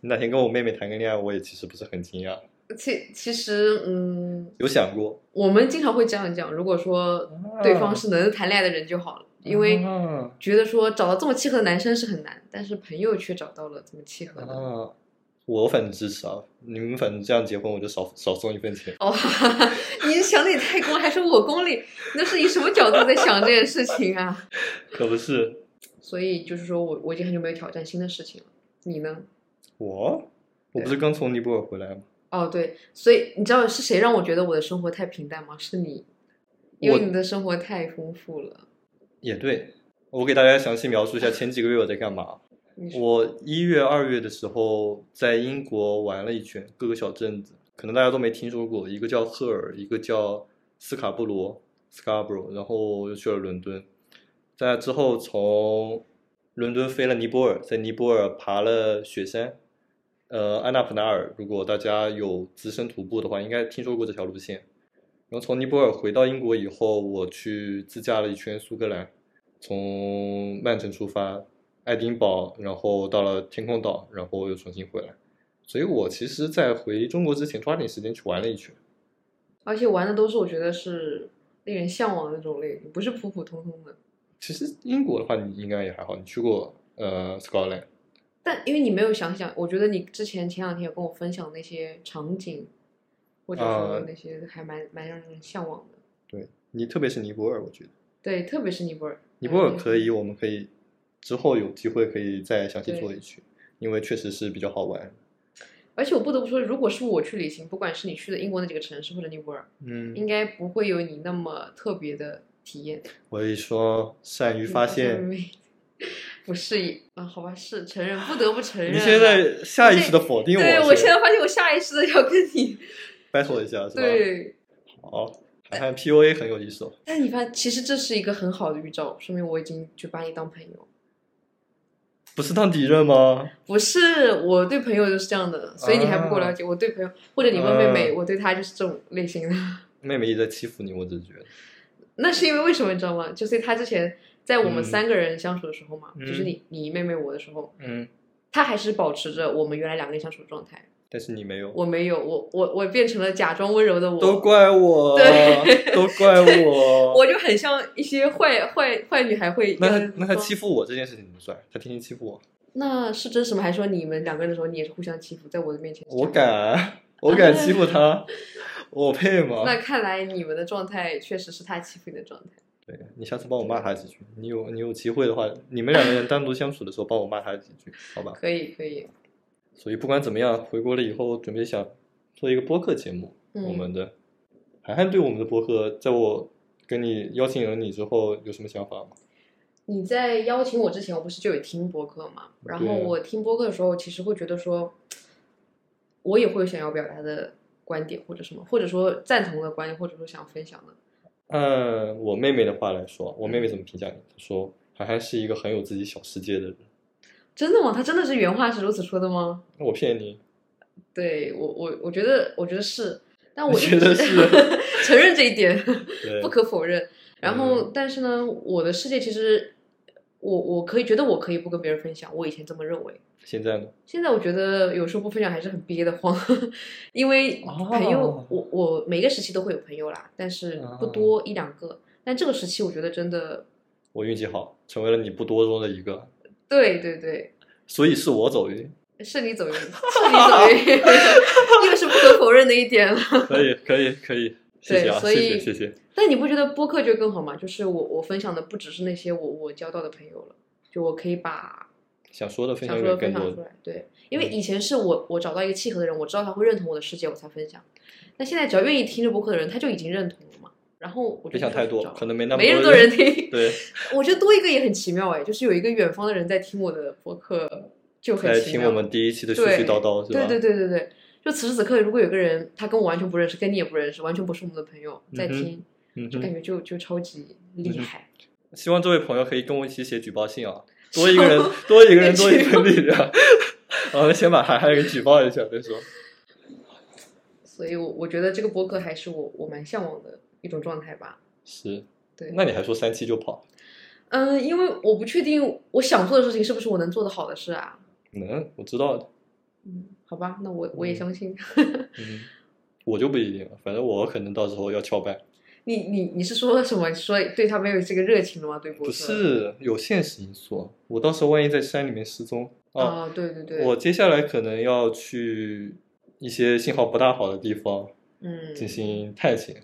[SPEAKER 2] 你哪天跟我妹妹谈个恋爱，我也其实不是很惊讶，
[SPEAKER 1] 其其实，嗯，
[SPEAKER 2] 有想过
[SPEAKER 1] 我们经常会这样讲。如果说
[SPEAKER 2] 嗯
[SPEAKER 1] 对方是能谈恋爱的人就好了，因为
[SPEAKER 2] 啊
[SPEAKER 1] 觉得说找到这么契合的男生是很难，但是朋友却找到了这么契合的。
[SPEAKER 2] 啊，我反正支持啊，你们反正这样结婚，我就少少送一份钱。
[SPEAKER 1] 哦， 哈哈，你想的也太功利，还是我功利？那是以什么角度在想这件事情啊？
[SPEAKER 2] 可不是
[SPEAKER 1] 所以就是说我我已经很久没有挑战新的事情了。你呢？
[SPEAKER 2] 我，我不是刚从尼泊尔回来吗？
[SPEAKER 1] 哦，对，所以你知道是谁让我觉得我的生活太平淡吗？是你，因为
[SPEAKER 2] 我
[SPEAKER 1] 你的生活太丰富了。
[SPEAKER 2] 也对，我给大家详细描述一下前几个月我在干嘛。
[SPEAKER 1] 你说
[SPEAKER 2] 我一月、二月的时候在英国玩了一圈，各个小镇子，可能大家都没听说过，一个叫赫尔，一个叫斯卡布罗 （Scarborough），然后又去了伦敦，在之后从伦敦飞了尼泊尔，在尼泊尔爬了雪山，呃，安纳普纳尔。如果大家有资深徒步的话，应该听说过这条路线。然后从尼泊尔回到英国以后，我去自驾了一圈苏格兰，从曼城出发，爱丁堡，然后到了天空岛，然后又重新回来。所以我其实，在回中国之前，抓紧时间去玩了一圈。
[SPEAKER 1] 而且玩的都是我觉得是令人向往的那种类型，不是普普通通的。
[SPEAKER 2] 其实英国的话，你应该也还好，你去过呃 Scotland，
[SPEAKER 1] 但因为你没有想想，我觉得你之前前两天有跟我分享那些场景，或者说
[SPEAKER 2] 啊
[SPEAKER 1] 那些还蛮蛮让人向往的。
[SPEAKER 2] 对你，特别是尼泊尔，我觉得
[SPEAKER 1] 对，特别是尼泊尔，
[SPEAKER 2] 尼泊尔
[SPEAKER 1] 嗯
[SPEAKER 2] 可以，我们可以之后有机会可以再详细
[SPEAKER 1] 对
[SPEAKER 2] 做一期，因为确实是比较好玩。
[SPEAKER 1] 而且我不得不说，如果是我去旅行，不管是你去的英国那几个城市或者尼泊尔，
[SPEAKER 2] 嗯，
[SPEAKER 1] 应该不会有你那么特别的体验。
[SPEAKER 2] 我一说善于发现，
[SPEAKER 1] 不是啊，好吧，是承认，不得不承认。啊
[SPEAKER 2] 你现在下意识的否定
[SPEAKER 1] 嗯
[SPEAKER 2] 我，
[SPEAKER 1] 对
[SPEAKER 2] 是吧
[SPEAKER 1] 我现在发现我下意识的要跟你
[SPEAKER 2] battle 一下是吧？，
[SPEAKER 1] 对，
[SPEAKER 2] 好，涵涵 PUA 很有意思哦。
[SPEAKER 1] 但是你发现其实这是一个很好的预兆，说明我已经就把你当朋友。
[SPEAKER 2] 不是当敌人吗？
[SPEAKER 1] 不是，我对朋友就是这样的，所以你还不够了解。我对朋友，或者你问妹
[SPEAKER 2] 啊
[SPEAKER 1] 妹，我对她就是这种类型的。
[SPEAKER 2] 妹妹一直在欺负你，我只是觉得，
[SPEAKER 1] 那是因为为什么你知道吗？就是她之前在我们
[SPEAKER 2] 嗯
[SPEAKER 1] 三个人相处的时候嘛，
[SPEAKER 2] 嗯
[SPEAKER 1] 就是你、你妹妹我的时候，
[SPEAKER 2] 嗯，
[SPEAKER 1] 她还是保持着我们原来两个人相处的状态。
[SPEAKER 2] 但是你没有，
[SPEAKER 1] 我没有，我我我变成了假装温柔的我，
[SPEAKER 2] 都怪我，
[SPEAKER 1] 对
[SPEAKER 2] 都怪我。
[SPEAKER 1] 我就很像一些坏坏坏女孩会。
[SPEAKER 2] 那他那他欺负我这件事情怎么算？他天天欺负我，
[SPEAKER 1] 那是真实吗？还说你们两个人的时候，你也是互相欺负，在我的面前。
[SPEAKER 2] 我。敢，啊 我敢欺 负他，我配吗？
[SPEAKER 1] 那看来你们的状态确实是他欺负你的状态。
[SPEAKER 2] 对你下次帮我骂他几句，你有你有机会的话，你们两个人单独相处的时候帮我骂他几 句，好吧？
[SPEAKER 1] 可以可以，
[SPEAKER 2] 所以不管怎么样，回国了以后准备想做一个播客节目，
[SPEAKER 1] 嗯
[SPEAKER 2] 我们的涵涵对我们的播客，在我跟你邀请了你之后有什么想法吗？
[SPEAKER 1] 你在邀请我之前，我不是就有听播客嘛？然后
[SPEAKER 2] 对啊
[SPEAKER 1] 我听播客的时候，其实会觉得说，我也会有想要表达的观点或者什么，或者说赞同的观点，或者说想分享的。
[SPEAKER 2] 按我妹妹的话来说，我妹妹怎么评价你？她说涵涵是一个很有自己小世界的人。
[SPEAKER 1] 真的吗？他真的是原话是如此说的吗？
[SPEAKER 2] 那我骗你，
[SPEAKER 1] 对我，我我觉得，我觉得是，但我
[SPEAKER 2] 你
[SPEAKER 1] 一
[SPEAKER 2] 觉得
[SPEAKER 1] 直
[SPEAKER 2] 是
[SPEAKER 1] 承认这一点，
[SPEAKER 2] 对嗯
[SPEAKER 1] 不可否认。然后，但是呢，我的世界其实，我我可以觉得我可以不跟别人分享，我以前这么认为。
[SPEAKER 2] 现在呢？
[SPEAKER 1] 现在我觉得有时候不分享还是很憋得慌， 因为朋友，
[SPEAKER 2] 哦
[SPEAKER 1] 我我每个时期都会有朋友啦，但是不
[SPEAKER 2] 嗯
[SPEAKER 1] 多一两个。但这个时期，我觉得真的，
[SPEAKER 2] 我运气好，成为了你不多中的一个，
[SPEAKER 1] 对对对，
[SPEAKER 2] 所以是我走运。
[SPEAKER 1] 是你走运，是你走运， 又是不可否认的一点了。
[SPEAKER 2] 可以，可以，可以，谢谢啊，
[SPEAKER 1] 对所以
[SPEAKER 2] 谢谢，谢谢。
[SPEAKER 1] 但你不觉得播客就更好吗？就是我我分享的不只是那些我我交到的朋友了，就我可以把
[SPEAKER 2] 想说的分
[SPEAKER 1] 想
[SPEAKER 2] 享
[SPEAKER 1] 说
[SPEAKER 2] 给
[SPEAKER 1] 的
[SPEAKER 2] 更
[SPEAKER 1] 分
[SPEAKER 2] 多
[SPEAKER 1] 享
[SPEAKER 2] 嗯
[SPEAKER 1] 出来。对，因为以前是我我找到一个契合的人，我知道他会认同我的世界，我才分享。那现在只要愿意听这播客的人，他就已经认同了嘛。然后我就
[SPEAKER 2] 别想
[SPEAKER 1] 不知道
[SPEAKER 2] 太
[SPEAKER 1] 怎么
[SPEAKER 2] 多，
[SPEAKER 1] 找
[SPEAKER 2] 可能没那么
[SPEAKER 1] 没那么
[SPEAKER 2] 多
[SPEAKER 1] 多人听，
[SPEAKER 2] 对，
[SPEAKER 1] 我觉得多一个也很奇妙哎，就是有一个远方的人在听我的播客，就很
[SPEAKER 2] 来
[SPEAKER 1] 奇
[SPEAKER 2] 听
[SPEAKER 1] 妙。
[SPEAKER 2] 我们第一期的絮
[SPEAKER 1] 对
[SPEAKER 2] 絮叨叨是吧？
[SPEAKER 1] 对对对对对，就此时此刻，如果有个人他跟我完全不认识，跟你也不认识，完全不是我们的朋友，在
[SPEAKER 2] 嗯哼
[SPEAKER 1] 听，
[SPEAKER 2] 嗯
[SPEAKER 1] 就感
[SPEAKER 2] 哼，
[SPEAKER 1] 觉就就超级厉
[SPEAKER 2] 嗯哼
[SPEAKER 1] 害。
[SPEAKER 2] 希望这位朋友可以跟我一起写举报信啊，多一个人，多一个 人，多一份力量。 我们先把涵涵给举报一下再说。
[SPEAKER 1] 所以我，我觉得这个播客还是我我蛮向往的一种状态吧。
[SPEAKER 2] 是，
[SPEAKER 1] 对，
[SPEAKER 2] 那你还说三期就跑？
[SPEAKER 1] 嗯，因为我不确定我想做的事情是不是我能做得好的事啊。
[SPEAKER 2] 能，我知道的。
[SPEAKER 1] 嗯，好吧，那我我也
[SPEAKER 2] 嗯
[SPEAKER 1] 相信。
[SPEAKER 2] 嗯，我就不一定了，反正我可能到时候要翘班。
[SPEAKER 1] 你你你是说什么？你说对他没有这个热情了吗？对播
[SPEAKER 2] 不
[SPEAKER 1] 客？
[SPEAKER 2] 是，有现实因素。我到时候万一在山里面失踪啊，
[SPEAKER 1] 啊，对对对，
[SPEAKER 2] 我接下来可能要去一些信号不大好的地方
[SPEAKER 1] 嗯，
[SPEAKER 2] 进行探险，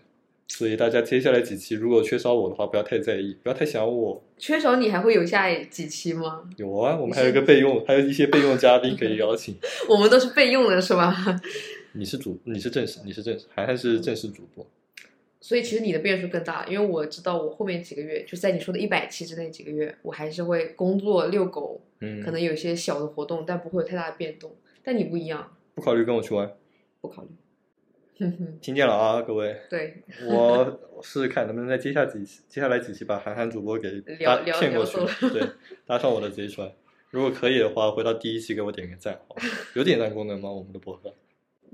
[SPEAKER 2] 所以大家接下来几期如果缺少我的话，不要太在意，不要太想我。
[SPEAKER 1] 缺少你还会有下几期吗？
[SPEAKER 2] 有啊，
[SPEAKER 1] 你
[SPEAKER 2] 我们
[SPEAKER 1] 是
[SPEAKER 2] 还有一个备用，还有一些备用嘉宾可以邀请。
[SPEAKER 1] 我们都是备用的，是吧？
[SPEAKER 2] 你是主，你是正式，你是正式，涵涵是正式主播。
[SPEAKER 1] 所以其实你的变数更大了，因为我知道我后面几个月，就在你说的一百期之内几个月，我还是会工作、遛狗，
[SPEAKER 2] 嗯，
[SPEAKER 1] 可能有一些小的活动，但不会有太大的变动。但你不一样，
[SPEAKER 2] 不考虑跟我去玩。
[SPEAKER 1] 不考虑。 哼哼，
[SPEAKER 2] 听见了啊，各位，
[SPEAKER 1] 对，
[SPEAKER 2] 我试试看能不能在接下几期接下来几期把韩寒主播给搭
[SPEAKER 1] 聊聊
[SPEAKER 2] 骗过
[SPEAKER 1] 聊
[SPEAKER 2] 去
[SPEAKER 1] 走了，
[SPEAKER 2] 对，搭上我的 贼船。如果可以的话，回到第一期给我点个赞，好吧？有点赞功能吗？我们的博客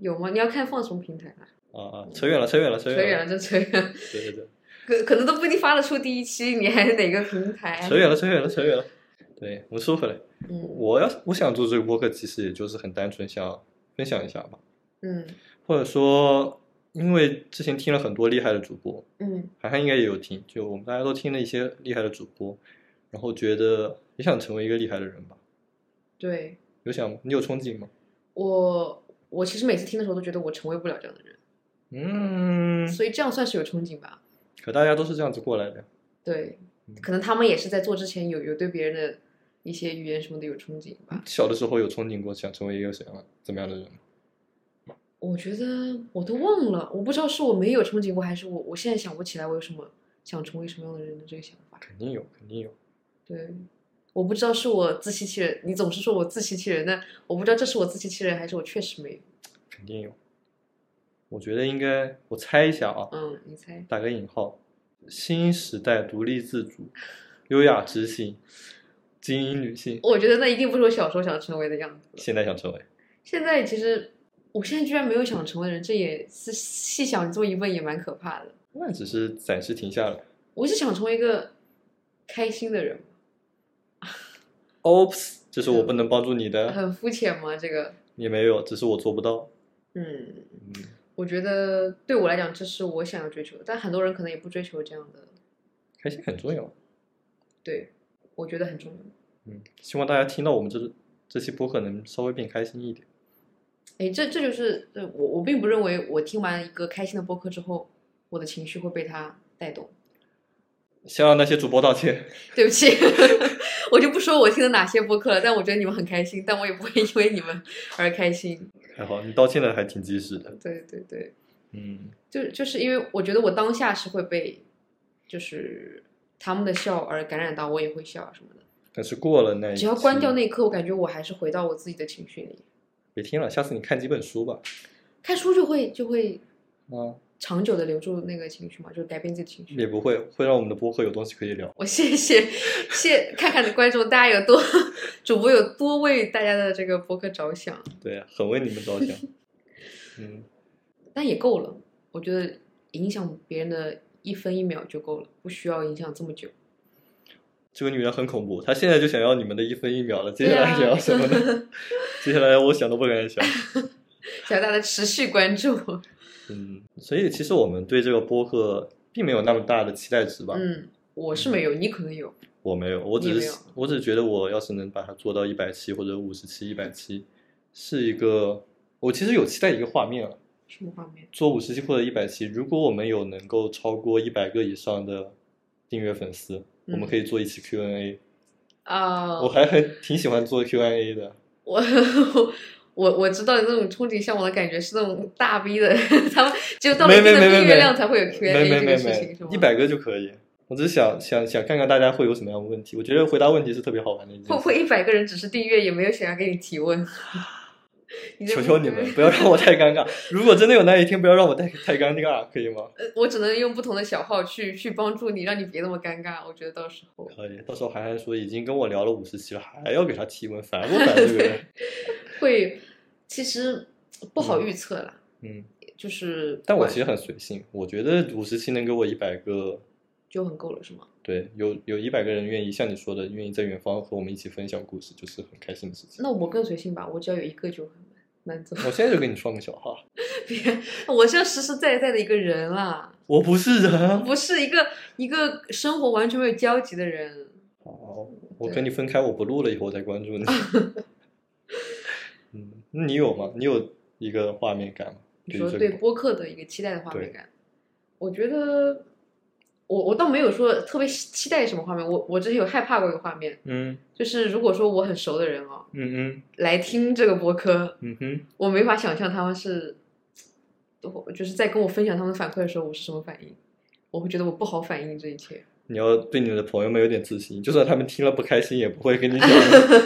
[SPEAKER 1] 有吗？你要看放什么平台啊？
[SPEAKER 2] 啊啊，扯远了，扯远了，扯
[SPEAKER 1] 扯
[SPEAKER 2] 远了，
[SPEAKER 1] 远了，真扯远了，
[SPEAKER 2] 对对对，
[SPEAKER 1] 啊可可能都不一定发得出第一期，你还是哪个平台？
[SPEAKER 2] 扯远了，扯远了，扯远了。对，我们说回来，
[SPEAKER 1] 嗯
[SPEAKER 2] 我要我想做这个播客，其实也就是很单纯想分享一下吧，
[SPEAKER 1] 嗯
[SPEAKER 2] 或者说，因为之前听了很多厉害的主播，
[SPEAKER 1] 嗯
[SPEAKER 2] 涵涵应该也有听，就我们大家都听了一些厉害的主播，然后觉得也想成为一个厉害的人吧。
[SPEAKER 1] 对
[SPEAKER 2] 有想吗？你有憧憬吗？
[SPEAKER 1] 我，我其实每次听的时候都觉得我成为不了这样的人，
[SPEAKER 2] 嗯，
[SPEAKER 1] 所以这样算是有憧憬吧？
[SPEAKER 2] 可大家都是这样子过来的。
[SPEAKER 1] 对
[SPEAKER 2] 嗯，
[SPEAKER 1] 可能他们也是在做之前有有对别人的一些语言什么的有憧憬吧。
[SPEAKER 2] 小的时候有憧憬过想成为一个什么样怎么样的人吗？
[SPEAKER 1] 我觉得我都忘了，我不知道是我没有憧憬过，还是我我现在想不起来我有什么想成为什么样的人的这个想法。
[SPEAKER 2] 肯定有，肯定有。
[SPEAKER 1] 对，我不知道是我自欺欺人，你总是说我自欺欺人，但我不知道这是我自欺欺人还是我确实没有。
[SPEAKER 2] 肯定有。我觉得应该，我猜一下啊，
[SPEAKER 1] 嗯，你猜？
[SPEAKER 2] 打个引号，新时代独立自主、优雅知性、精英女性，
[SPEAKER 1] 我觉得那一定不是我小时候想成为的样子。
[SPEAKER 2] 现在想成为，
[SPEAKER 1] 现在其实，我现在居然没有想成为的人，这也是细想这么一问也蛮可怕的。
[SPEAKER 2] 那只是暂时停下来。
[SPEAKER 1] 我是想成为一个开心的人，
[SPEAKER 2] Oops，这是我不能帮助你的，
[SPEAKER 1] 很肤浅吗？这个，
[SPEAKER 2] 你没有，只是我做不到。
[SPEAKER 1] 嗯，
[SPEAKER 2] 嗯，
[SPEAKER 1] 我觉得对我来讲，这是我想要追求的，但很多人可能也不追求这样的。
[SPEAKER 2] 开心很重要。
[SPEAKER 1] 对，我觉得很重要。
[SPEAKER 2] 嗯，希望大家听到我们这这期播客能稍微变开心一点。
[SPEAKER 1] 哎，这这就是呃我我并不认为我听完一个开心的播客之后，我的情绪会被它带动。
[SPEAKER 2] 先让那些主播道歉。
[SPEAKER 1] 对不起， 我就不说我听的哪些播客了，但我觉得你们很开心，但我也不会因为你们而开心。
[SPEAKER 2] 还好，你道歉的还挺及时的。
[SPEAKER 1] 对对对，
[SPEAKER 2] 嗯，
[SPEAKER 1] 就就是因为我觉得我当下是会被，就是他们的笑而感染到，我也会笑啊什么的。
[SPEAKER 2] 但是过了那一
[SPEAKER 1] 只要关掉
[SPEAKER 2] 期
[SPEAKER 1] 那一刻，我感觉我还是回到我自己的情绪里。
[SPEAKER 2] 别听了，下次你看几本书吧。
[SPEAKER 1] 看书就会就会
[SPEAKER 2] 啊，
[SPEAKER 1] 长久的留住那个情绪嘛，就是改变自己的情绪。
[SPEAKER 2] 也不会会让我们的播客有东西可以聊。
[SPEAKER 1] 我谢谢谢看看观众，大家有多 主播有多为大家的这个博客着想，
[SPEAKER 2] 对啊，很为你们着 想。嗯，
[SPEAKER 1] 但也够了。我觉得影响别人的一分一秒就够了，不需要影响这么久。
[SPEAKER 2] 这个女人很恐怖，她现在就想要你们的一分一秒了，接下
[SPEAKER 1] 对啊
[SPEAKER 2] 来想要什 么呢？接下来我想都不敢想。
[SPEAKER 1] 想大家持续关注，
[SPEAKER 2] 嗯，所以其实我们对这个播客并没有那么大的期待值吧。
[SPEAKER 1] 嗯，我是没有，你可能有，
[SPEAKER 2] 我没有，我
[SPEAKER 1] 你
[SPEAKER 2] 只
[SPEAKER 1] 没
[SPEAKER 2] 是
[SPEAKER 1] 有嗯
[SPEAKER 2] 我只是觉得我要是能把它做到一百期或者五十期、一百期，是一个我其实有期待一个画面了。啊
[SPEAKER 1] 什么画面？
[SPEAKER 2] 做五十期或者一百期，如果我们有能够超过一百个以上的订阅粉丝，我
[SPEAKER 1] 嗯
[SPEAKER 2] 们可以做一期 Q&A。
[SPEAKER 1] 啊、
[SPEAKER 2] 我还很挺喜欢做 Q&A 的，
[SPEAKER 1] 我我我知道你那种憧憬向往的感觉是那种大 V 的，他们只有到了
[SPEAKER 2] 没
[SPEAKER 1] 一定
[SPEAKER 2] 没
[SPEAKER 1] 的
[SPEAKER 2] 没没
[SPEAKER 1] 订阅
[SPEAKER 2] 没
[SPEAKER 1] 量才会有 Q&A
[SPEAKER 2] 没没
[SPEAKER 1] 这个
[SPEAKER 2] 没
[SPEAKER 1] 事情，
[SPEAKER 2] 没
[SPEAKER 1] 是吗？
[SPEAKER 2] 一百个就可以。我只是想想想看看大家会有什么样的问题，我觉得回答问题是特别好玩的一件事。
[SPEAKER 1] 会不会一百个人只是订阅，也没有想要给你提问？你这
[SPEAKER 2] 求求你们，不要让我太尴尬。如果真的有那一天，不要让我太太尴尬，可以吗？
[SPEAKER 1] 呃我只能用不同的小号去去帮助你，让你别那么尴尬。我觉得到时候，
[SPEAKER 2] 可以，到时候涵涵说已经跟我聊了五十期了，还要给他提问，烦不烦这个人？
[SPEAKER 1] 会其实不好预测啦，
[SPEAKER 2] 嗯，
[SPEAKER 1] 就是
[SPEAKER 2] 但我其实很随性，我觉得五十期能给我一百个
[SPEAKER 1] 就很够了，是吗？
[SPEAKER 2] 对，有有一百个人愿意像你说的，愿意在远方和我们一起分享故事，就是很开心的事情。
[SPEAKER 1] 那我更随性吧，我只要有一个就很满足。
[SPEAKER 2] 我现在就跟你说个小号，
[SPEAKER 1] 别， 我是要实实在在的一个人啦，
[SPEAKER 2] 我不是人。
[SPEAKER 1] 不是一个一个生活完全没有交集的人。
[SPEAKER 2] 好，我跟你分开，我不录了，以后我再关注你。嗯，那你有吗？你有一个画面感吗？
[SPEAKER 1] 你说
[SPEAKER 2] 这
[SPEAKER 1] 对
[SPEAKER 2] 个
[SPEAKER 1] 播客的一个期待的画
[SPEAKER 2] 对
[SPEAKER 1] 面感，我觉得我我倒没有说特别期待什么画面，我我之前有害怕过一个画面，
[SPEAKER 2] 嗯
[SPEAKER 1] 就是如果说我很熟的人哦
[SPEAKER 2] 嗯嗯
[SPEAKER 1] 来听这个播客，
[SPEAKER 2] 嗯哼，
[SPEAKER 1] 我没法想象他们是，我就是在跟我分享他们反馈的时候，我是什么反应，我会觉得我不好反应这一切。
[SPEAKER 2] 你要对你的朋友们有点自信，就算他们听了不开心，也不会跟你讲的。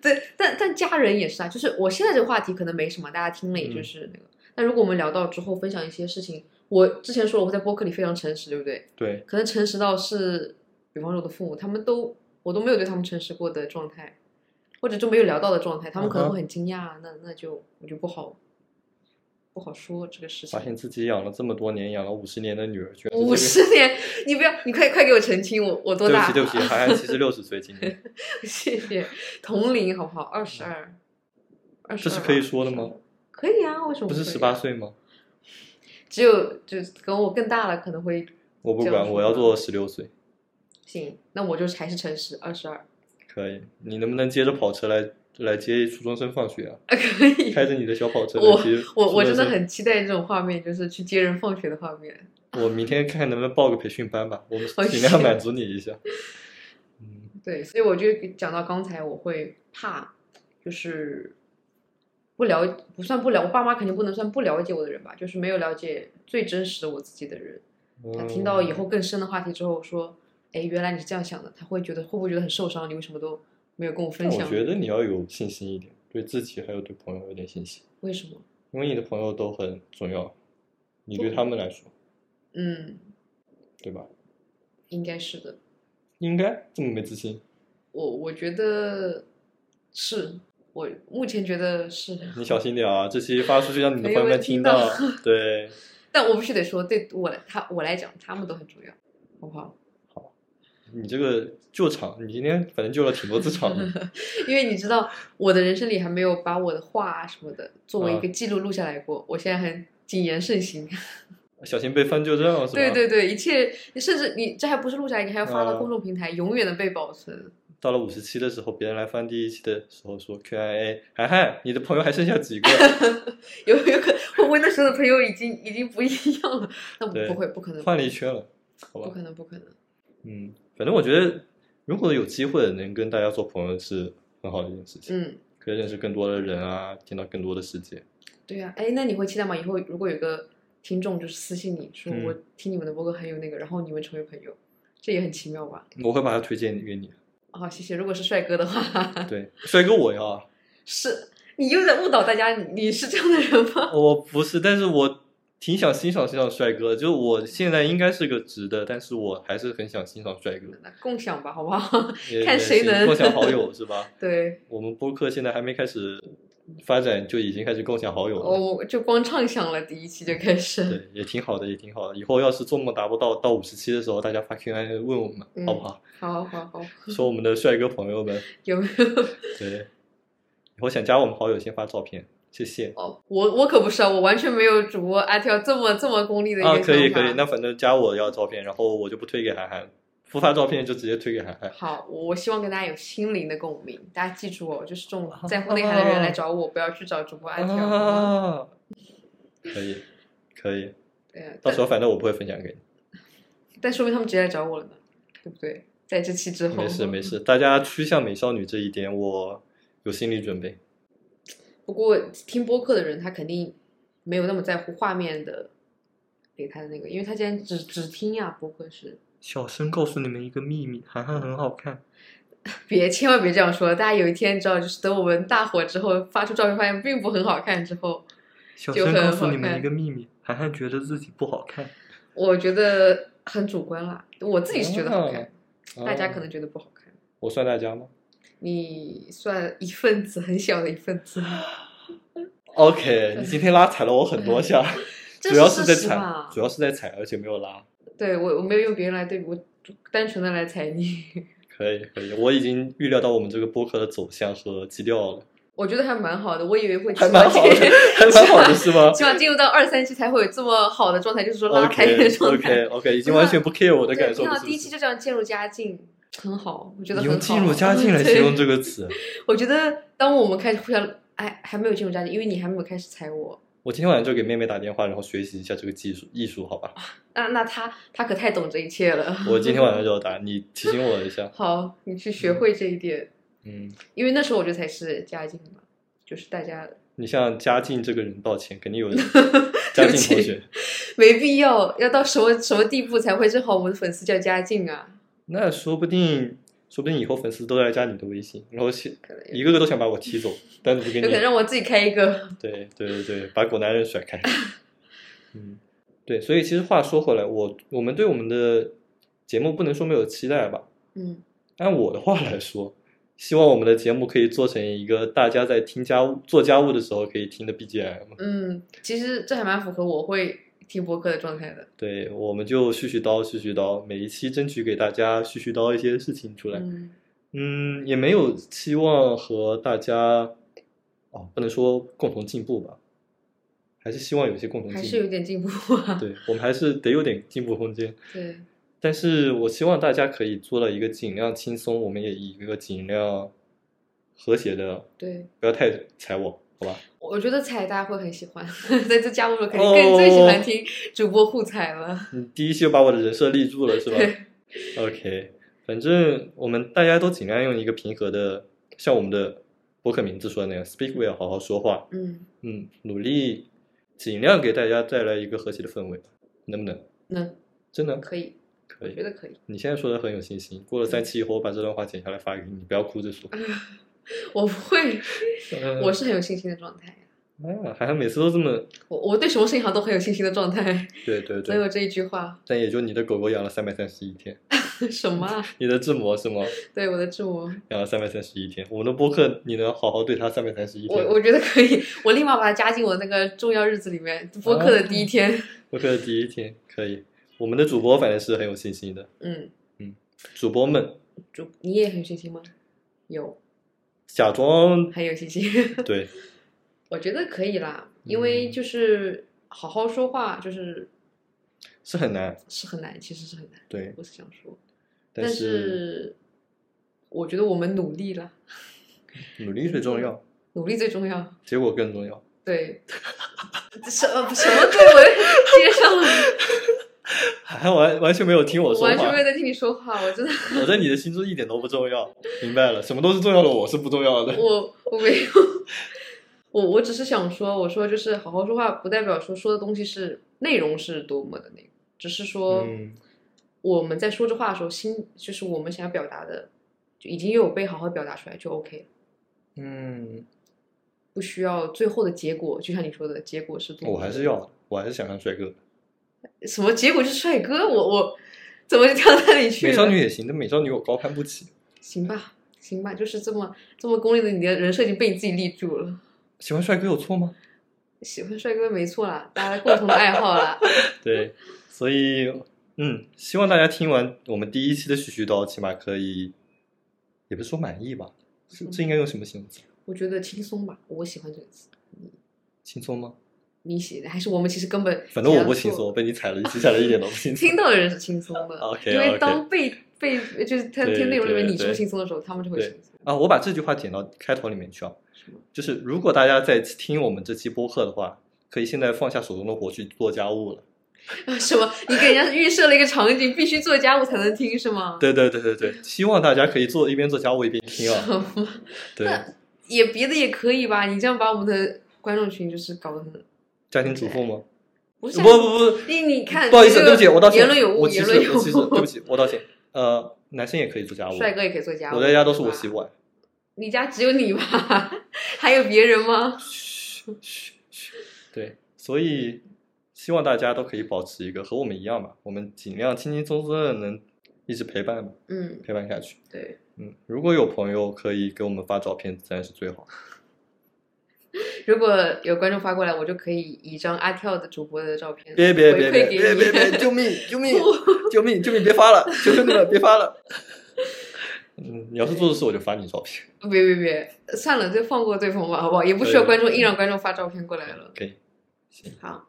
[SPEAKER 1] 对，但但家人也是啊，就是我现在这个话题可能没什么，大家听了也
[SPEAKER 2] 嗯
[SPEAKER 1] 就是那个。但如果我们聊到之后分享一些事情，我之前说了我会在播客里非常诚实，对不对？
[SPEAKER 2] 对，
[SPEAKER 1] 可能诚实到是，比方说我的父母，他们都我都没有对他们诚实过的状态，啊或者就没有聊到的状态，他们可能
[SPEAKER 2] 嗯哼
[SPEAKER 1] 会很惊讶，那那就我就不好不好说这个事情
[SPEAKER 2] 发。现自己养了这么多年，养了五十年的女儿，居然是这个
[SPEAKER 1] 五十年，你不要，你快快给我澄清，我我多
[SPEAKER 2] 对不
[SPEAKER 1] 大
[SPEAKER 2] 起，？对不起，涵涵其实六十岁今年，
[SPEAKER 1] 谢谢，同龄好不好？二十二，二十
[SPEAKER 2] 嗯这是可以说的吗？
[SPEAKER 1] 可以啊，为什么
[SPEAKER 2] 不是
[SPEAKER 1] 可以
[SPEAKER 2] 十八？岁吗？
[SPEAKER 1] 只有就跟我更大了，可能会
[SPEAKER 2] 我不
[SPEAKER 1] 这样
[SPEAKER 2] 管，
[SPEAKER 1] 说
[SPEAKER 2] 我要
[SPEAKER 1] 吧
[SPEAKER 2] 做十六岁。
[SPEAKER 1] 行。那我就还是诚实，二十二，
[SPEAKER 2] 可以，你能不能接着跑车来来接初中生放学啊？
[SPEAKER 1] 啊可 以。
[SPEAKER 2] 开着你的小跑车来接初中生
[SPEAKER 1] 我我真的很期待这种画面，就是去接人放学的画面。
[SPEAKER 2] 我明天看能不能报个培训班吧，我们
[SPEAKER 1] 好
[SPEAKER 2] 尽量
[SPEAKER 1] 谢
[SPEAKER 2] 满足你一下。嗯，
[SPEAKER 1] 对，所以我就讲到刚才，我会怕，就是不了，不算不了，我爸妈肯定不能算不了解我的人吧，就是没有了解最真实的我自己的人。他听到以后更深的话题之后说，哎，原来你是这样想的，他会觉得会不会觉得很受伤？你为什么都没有跟我
[SPEAKER 2] 嗯，
[SPEAKER 1] 分
[SPEAKER 2] 但我
[SPEAKER 1] 享？
[SPEAKER 2] 觉得你要有信心一点，对自己还有对朋友有点信心，
[SPEAKER 1] 为什么？
[SPEAKER 2] 因为你的朋友都很重要，你对
[SPEAKER 1] 都
[SPEAKER 2] 他们来说，
[SPEAKER 1] 嗯，
[SPEAKER 2] 对吧？
[SPEAKER 1] 应该是的。
[SPEAKER 2] 应该这么没自信，
[SPEAKER 1] 我我觉得是，我目前觉得是。
[SPEAKER 2] 你小心点啊！这期发出去让你的
[SPEAKER 1] 没
[SPEAKER 2] 朋友
[SPEAKER 1] 有
[SPEAKER 2] 们
[SPEAKER 1] 人听
[SPEAKER 2] 到
[SPEAKER 1] 到，
[SPEAKER 2] 对，
[SPEAKER 1] 但我必须得说，对我来他我来讲，他们都很重要，好不好？
[SPEAKER 2] 你这个救场，你今天反正救了挺多次场的。
[SPEAKER 1] 因为你知道，我的人生里还没有把我的话啊什么的作
[SPEAKER 2] 嗯
[SPEAKER 1] 为一个记录录下来过，我现在很谨言慎行。
[SPEAKER 2] 小心被翻旧账啊是吧？
[SPEAKER 1] 对对对，一切，你甚至你这还不是录下来，你还要发
[SPEAKER 2] 嗯
[SPEAKER 1] 到公众平台，永远的被保存。
[SPEAKER 2] 到了五十期的时候，别人来翻第一期的时候说 Q&A，涵涵，你的朋友还剩下几个？
[SPEAKER 1] 有有可会不会那时候的朋友已经已经不一样了？那不
[SPEAKER 2] 对
[SPEAKER 1] 不会，不可能，
[SPEAKER 2] 换了一圈了，好
[SPEAKER 1] 不
[SPEAKER 2] 吧
[SPEAKER 1] 可？能，不可能。
[SPEAKER 2] 嗯，反正我觉得，如果有机会能跟大家做朋友是很好的一件事情，
[SPEAKER 1] 嗯，
[SPEAKER 2] 可以认识更多的人啊，见到更多的世界。
[SPEAKER 1] 对呀、哎，那你会期待吗？以后如果有个听众就是私信你说
[SPEAKER 2] 嗯
[SPEAKER 1] 我听你们的播客很有那个，然后你们成为朋友，这也很奇妙吧？
[SPEAKER 2] 我会把他推荐给你。
[SPEAKER 1] 好、谢谢。如果是帅哥的话，
[SPEAKER 2] 对，帅哥我要啊，
[SPEAKER 1] 是你又在误导大家，你你是这样的人吗？
[SPEAKER 2] 我不是，但是我挺想欣赏欣赏帅哥的，就是我现在应该是个直的，但是我还是很想欣赏帅哥。
[SPEAKER 1] 那共享吧，好不好？
[SPEAKER 2] 也
[SPEAKER 1] 看
[SPEAKER 2] 也
[SPEAKER 1] 谁
[SPEAKER 2] 是
[SPEAKER 1] 能
[SPEAKER 2] 共享好友是吧？
[SPEAKER 1] 对，
[SPEAKER 2] 我们播客现在还没开始发展，就已经开始共享好友了。
[SPEAKER 1] 哦我我就光畅想了第一期就开始。
[SPEAKER 2] 对，也挺好的，也挺好的。以后要是做梦达不到到五十期的时候，大家发 Q&A 问我们，
[SPEAKER 1] 嗯
[SPEAKER 2] 好不好？
[SPEAKER 1] 好好好，
[SPEAKER 2] 说我们的帅哥朋友们，
[SPEAKER 1] 有没有？
[SPEAKER 2] 对，以后想加我们好友先发照片，谢谢。
[SPEAKER 1] 哦，我我可不是啊，我完全没有主播阿跳这么这么功利的一个
[SPEAKER 2] 啊，
[SPEAKER 1] 想法。
[SPEAKER 2] 可以可以，那反正加我要照片，然后我就不推给涵涵，不发照片就直接推给涵涵。
[SPEAKER 1] 好，我我希望跟大家有心灵的共鸣，大家记住哦，就是这种在乎内涵的人来找我，不要去找主播阿跳。好吗
[SPEAKER 2] 啊，可以可以，
[SPEAKER 1] 对啊，
[SPEAKER 2] 到时候反正我不会分享给
[SPEAKER 1] 但说明他们直接来找我了呢，对不对？在这期之
[SPEAKER 2] 你，
[SPEAKER 1] 后，
[SPEAKER 2] 没事没。事，大家趋向美少女这一点我有心理准备。
[SPEAKER 1] 不过听播客的人，他肯定没有那么在乎画面的给他的那个，因为他竟然只只听呀、播客是。
[SPEAKER 2] 小声告诉你们一个秘密，涵涵很好看。
[SPEAKER 1] 别，千万别这样说！大家有一天，你知道，就是等我们大火之后，发出照片发现并不很好看之后，
[SPEAKER 2] 小
[SPEAKER 1] 就声很告诉好你们看一个
[SPEAKER 2] 秘密，涵涵觉得自己不好看。
[SPEAKER 1] 我觉得很主观啦。我自己是觉得好看，大家可能
[SPEAKER 2] 哦
[SPEAKER 1] 觉得不好看。
[SPEAKER 2] 我算大家吗
[SPEAKER 1] 你算一份子，很小的一份 子，
[SPEAKER 2] ？OK，你今天拉踩了我很多下，
[SPEAKER 1] 这
[SPEAKER 2] 主要
[SPEAKER 1] 是
[SPEAKER 2] 在
[SPEAKER 1] 事实
[SPEAKER 2] 踩
[SPEAKER 1] 嘛，
[SPEAKER 2] 主要是在踩，而且没有拉。
[SPEAKER 1] 对我我没有用别人来对比，我就单纯的来踩你，
[SPEAKER 2] 可以可以，我已经预料到我们这个播客的走向和基 调了，
[SPEAKER 1] 我觉得还蛮好的，我以为会起
[SPEAKER 2] 还蛮
[SPEAKER 1] 码
[SPEAKER 2] 好的
[SPEAKER 1] 进，
[SPEAKER 2] 还蛮好的是 吗
[SPEAKER 1] 起码进入到二三期才会有这么好的状态，就是说拉开的
[SPEAKER 2] ？OK
[SPEAKER 1] 状态。
[SPEAKER 2] OK OK，已经完全不 care 我的
[SPEAKER 1] 对
[SPEAKER 2] 感受
[SPEAKER 1] 没
[SPEAKER 2] 了，
[SPEAKER 1] 想到
[SPEAKER 2] 是不
[SPEAKER 1] 第一期
[SPEAKER 2] 是？
[SPEAKER 1] 就这样渐入佳境，很好，我觉得
[SPEAKER 2] 你
[SPEAKER 1] 很好。
[SPEAKER 2] 用进入佳境来形容这个词，
[SPEAKER 1] 对我觉得当我们开始互相，哎，还没有进入佳境，因为你还没有开始踩我。
[SPEAKER 2] 我今天晚上就给妹妹打电话，然后学习一下这个技术艺术，好吧？
[SPEAKER 1] 那那他他可太懂这一切了。
[SPEAKER 2] 我今天晚上就要打，你提醒我一下。
[SPEAKER 1] 好，你去学会这一点，
[SPEAKER 2] 嗯，
[SPEAKER 1] 因为那时候我觉得才是佳境嘛，就是大家
[SPEAKER 2] 你向嘉靖这个人道歉，肯定 有人嘉
[SPEAKER 1] 对不
[SPEAKER 2] 靖同
[SPEAKER 1] 起
[SPEAKER 2] 学。
[SPEAKER 1] 没必要要到什么什么地步才会正好我们的粉丝叫佳境啊？
[SPEAKER 2] 那说不定，说不定以后粉丝都来加你的微信，然后先
[SPEAKER 1] 可能有
[SPEAKER 2] 一个个都想把我踢走，单独给
[SPEAKER 1] 有
[SPEAKER 2] 你
[SPEAKER 1] 可。能让我自己开一个。
[SPEAKER 2] 对对对对，把狗男人甩开。 嗯，对，所以其实话说回来，我我们对我们的节目不能说没有期待吧，
[SPEAKER 1] 嗯，
[SPEAKER 2] 按我的话来说，希望我们的节目可以做成一个大家在听家务、做家务的时候可以听的 BGM。
[SPEAKER 1] 嗯，其实这还蛮符合我会听播客的状态的。
[SPEAKER 2] 对，我们就絮絮叨、絮絮叨，每一期争取给大家絮絮叨一些事情出来。
[SPEAKER 1] 嗯，
[SPEAKER 2] 嗯，也没有期望和大家，哦，不能说共同进步吧，还是希望有一些共同
[SPEAKER 1] 还是
[SPEAKER 2] 进
[SPEAKER 1] 有
[SPEAKER 2] 步。
[SPEAKER 1] 点进步啊。
[SPEAKER 2] 对我们还是得有点进步空间。
[SPEAKER 1] 对，
[SPEAKER 2] 但是我希望大家可以做到一个尽量轻松，我们也以一个尽量和谐的，
[SPEAKER 1] 对，
[SPEAKER 2] 不要太踩我，好吧？
[SPEAKER 1] 我觉得踩大家会很喜欢，在这加入了肯定
[SPEAKER 2] 哦
[SPEAKER 1] 更最喜欢听主播互踩了。
[SPEAKER 2] 你第一期就把我的人设立住了，是吧
[SPEAKER 1] 对，
[SPEAKER 2] ？OK，反正我们大家都尽量用一个平和的，像我们的博客名字说的那样，speak well，好好说话，
[SPEAKER 1] 嗯，
[SPEAKER 2] 嗯，努力，尽量给大家带来一个和谐的氛围，能不能？
[SPEAKER 1] 能
[SPEAKER 2] 真的
[SPEAKER 1] 可以，
[SPEAKER 2] 可
[SPEAKER 1] 我
[SPEAKER 2] 以
[SPEAKER 1] 觉。得可以。
[SPEAKER 2] 你现在说的很有信心。过了三期以后，我把这段话剪下来发给你，你不要哭着说。
[SPEAKER 1] 我不会，
[SPEAKER 2] 嗯
[SPEAKER 1] 我是很有信心的状态。
[SPEAKER 2] 哎
[SPEAKER 1] 啊
[SPEAKER 2] 呀，还好每次都这么，
[SPEAKER 1] 我我对什么事情好像都很有信心的状态，
[SPEAKER 2] 对对
[SPEAKER 1] 所以我
[SPEAKER 2] 对。
[SPEAKER 1] 这一句话
[SPEAKER 2] 但也就你的狗狗养了三百三十一天，
[SPEAKER 1] 什么啊？
[SPEAKER 2] 你的志摩是吗？
[SPEAKER 1] 对我的志摩，
[SPEAKER 2] 养了三百三十一天。我们的播客，你能好好对它三百三十一天。
[SPEAKER 1] 我我觉得可以，我立马把它加进我那个重要日子里面。播客
[SPEAKER 2] 哦
[SPEAKER 1] 的第一天，
[SPEAKER 2] 播客的第一天可以。我们的主播反正是很有信心的，
[SPEAKER 1] 嗯，
[SPEAKER 2] 主播们
[SPEAKER 1] 主你也很有信心吗？有，
[SPEAKER 2] 假装
[SPEAKER 1] 很有信心。
[SPEAKER 2] 对，
[SPEAKER 1] 我觉得可以啦，因
[SPEAKER 2] 嗯
[SPEAKER 1] 为就是好好说话，就是
[SPEAKER 2] 是很难，
[SPEAKER 1] 是很难，其实是很难。
[SPEAKER 2] 对，
[SPEAKER 1] 我是想说，
[SPEAKER 2] 但
[SPEAKER 1] 但是我觉得我们努力了，
[SPEAKER 2] 努力最重要，
[SPEAKER 1] 努力最重要。
[SPEAKER 2] 结果更重要。
[SPEAKER 1] 对，什么什么对我 接上了。
[SPEAKER 2] 还完完全没有听我说
[SPEAKER 1] 完全
[SPEAKER 2] 话
[SPEAKER 1] 没，有在听你说话，我真的，
[SPEAKER 2] 我在你的心中一点都不重要。明白了，什么都是重要的，我是不重要的。
[SPEAKER 1] 我我没有，我我只是想说，我说就是好好说话，不代表说说的东西是内容是多么的那个，只是说
[SPEAKER 2] 嗯
[SPEAKER 1] 我们在说这话的时候，心就是我们想要表达的，就已经有被好好表达出来就 OK 了，
[SPEAKER 2] 嗯，
[SPEAKER 1] 不需要最后的结果，就像你说的，结果是多么
[SPEAKER 2] 哦我
[SPEAKER 1] 的
[SPEAKER 2] 还是要的，我还是想看帅哥。
[SPEAKER 1] 什么结果是帅哥，我我怎么就跳到那里去了？
[SPEAKER 2] 美少女也行，但美少女我高攀不起。
[SPEAKER 1] 行吧，行吧，就是这么这么功利的，你的人设已经被你自己立住了。
[SPEAKER 2] 喜欢帅哥有错吗？
[SPEAKER 1] 喜欢帅哥没错啦，大家共同的爱好啦。
[SPEAKER 2] 对，所以嗯，希望大家听完我们第一期的絮絮叨，起码可以，也不是说满意吧，是这应该用什么形容词？
[SPEAKER 1] 我觉得轻松吧，我喜欢这个词。
[SPEAKER 2] 轻松吗？
[SPEAKER 1] 你喜还是我们其实根本
[SPEAKER 2] 反正我不
[SPEAKER 1] 这
[SPEAKER 2] 轻
[SPEAKER 1] 样
[SPEAKER 2] 松，
[SPEAKER 1] 做
[SPEAKER 2] 我，被你踩了一期下来一点都不轻松。
[SPEAKER 1] 听到的人是轻松的
[SPEAKER 2] OK，
[SPEAKER 1] 因为
[SPEAKER 2] OK
[SPEAKER 1] 当被被就是他
[SPEAKER 2] 对
[SPEAKER 1] 听内容里面
[SPEAKER 2] 对
[SPEAKER 1] 你说
[SPEAKER 2] 对
[SPEAKER 1] 轻松的时候，他们就会
[SPEAKER 2] 对
[SPEAKER 1] 轻松。
[SPEAKER 2] 啊，我把这句话剪到开头里面去啊
[SPEAKER 1] 是吗，
[SPEAKER 2] 就是如果大家在听我们这期播客的话，可以现在放下手中的活去做家务了。
[SPEAKER 1] 啊 什么？你给人家预设了一个场景，必须做家务才能听是吗？
[SPEAKER 2] 对对对对对，希望大家可以做一边做家务一边听啊。
[SPEAKER 1] 什么？
[SPEAKER 2] 对，
[SPEAKER 1] 也别的也可以吧，你这样把我们的观众群就是搞得很
[SPEAKER 2] 家庭主妇 吗？
[SPEAKER 1] 不是啊
[SPEAKER 2] 不不不，
[SPEAKER 1] 你你看，
[SPEAKER 2] 不好意思，
[SPEAKER 1] 这个
[SPEAKER 2] 对不起，我道歉，
[SPEAKER 1] 言论有误，
[SPEAKER 2] 我歧
[SPEAKER 1] 言
[SPEAKER 2] 视，
[SPEAKER 1] 论有
[SPEAKER 2] 我歧视，对不
[SPEAKER 1] 误。
[SPEAKER 2] 起，我道歉。呃，男生也可以做家 务，
[SPEAKER 1] 帅哥也可以做家务，
[SPEAKER 2] 我在家都是我洗
[SPEAKER 1] 吧。
[SPEAKER 2] 碗。
[SPEAKER 1] 你家只有你吧？ 还有别人吗？
[SPEAKER 2] 嘘嘘嘘，对，所以希望大家都可以保持一个和我们一样吧，我们尽量轻轻松松的能一直陪伴
[SPEAKER 1] 嗯，
[SPEAKER 2] 陪伴下去。
[SPEAKER 1] 对，
[SPEAKER 2] 嗯，如果有朋友可以给我们发照片，自然是最好。
[SPEAKER 1] 如果有观众发过来，我就可以以一张阿跳的主播的照片
[SPEAKER 2] 别别别
[SPEAKER 1] 回
[SPEAKER 2] 别
[SPEAKER 1] 馈给
[SPEAKER 2] 别别别！
[SPEAKER 1] 你。
[SPEAKER 2] 救命救命救命救命！别发了，求求你了，别发了。嗯，你要是做的事，我就发你照片。
[SPEAKER 1] 别别别，算了，就放过对方吧，好不好？也不需要观众硬让观众发照片过来了。
[SPEAKER 2] 可以。
[SPEAKER 1] 好，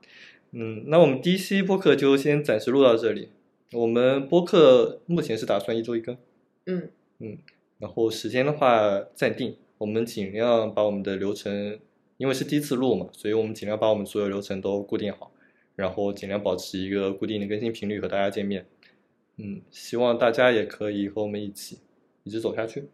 [SPEAKER 2] 嗯，那我们第一期播客就先暂时录到这里。我们播客目前是打算一周一更，
[SPEAKER 1] 嗯
[SPEAKER 2] 嗯，然后时间的话暂定，我们尽量把我们的流程，因为是第一次录嘛，所以我们尽量把我们所有流程都固定好，然后尽量保持一个固定的更新频率和大家见面。嗯，希望大家也可以和我们一起一直走下去。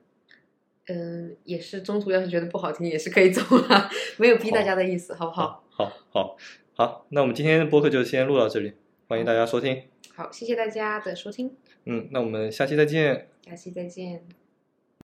[SPEAKER 1] 嗯，也是中途要是觉得不好听，也是可以走了，没有逼大家的意思，好不好？，
[SPEAKER 2] 嗯好，好，好，那我们今天的播客就先录到这里，欢迎大家收听。
[SPEAKER 1] 好，谢谢大家的收听，
[SPEAKER 2] 嗯，那我们下期再见。
[SPEAKER 1] 下期再见。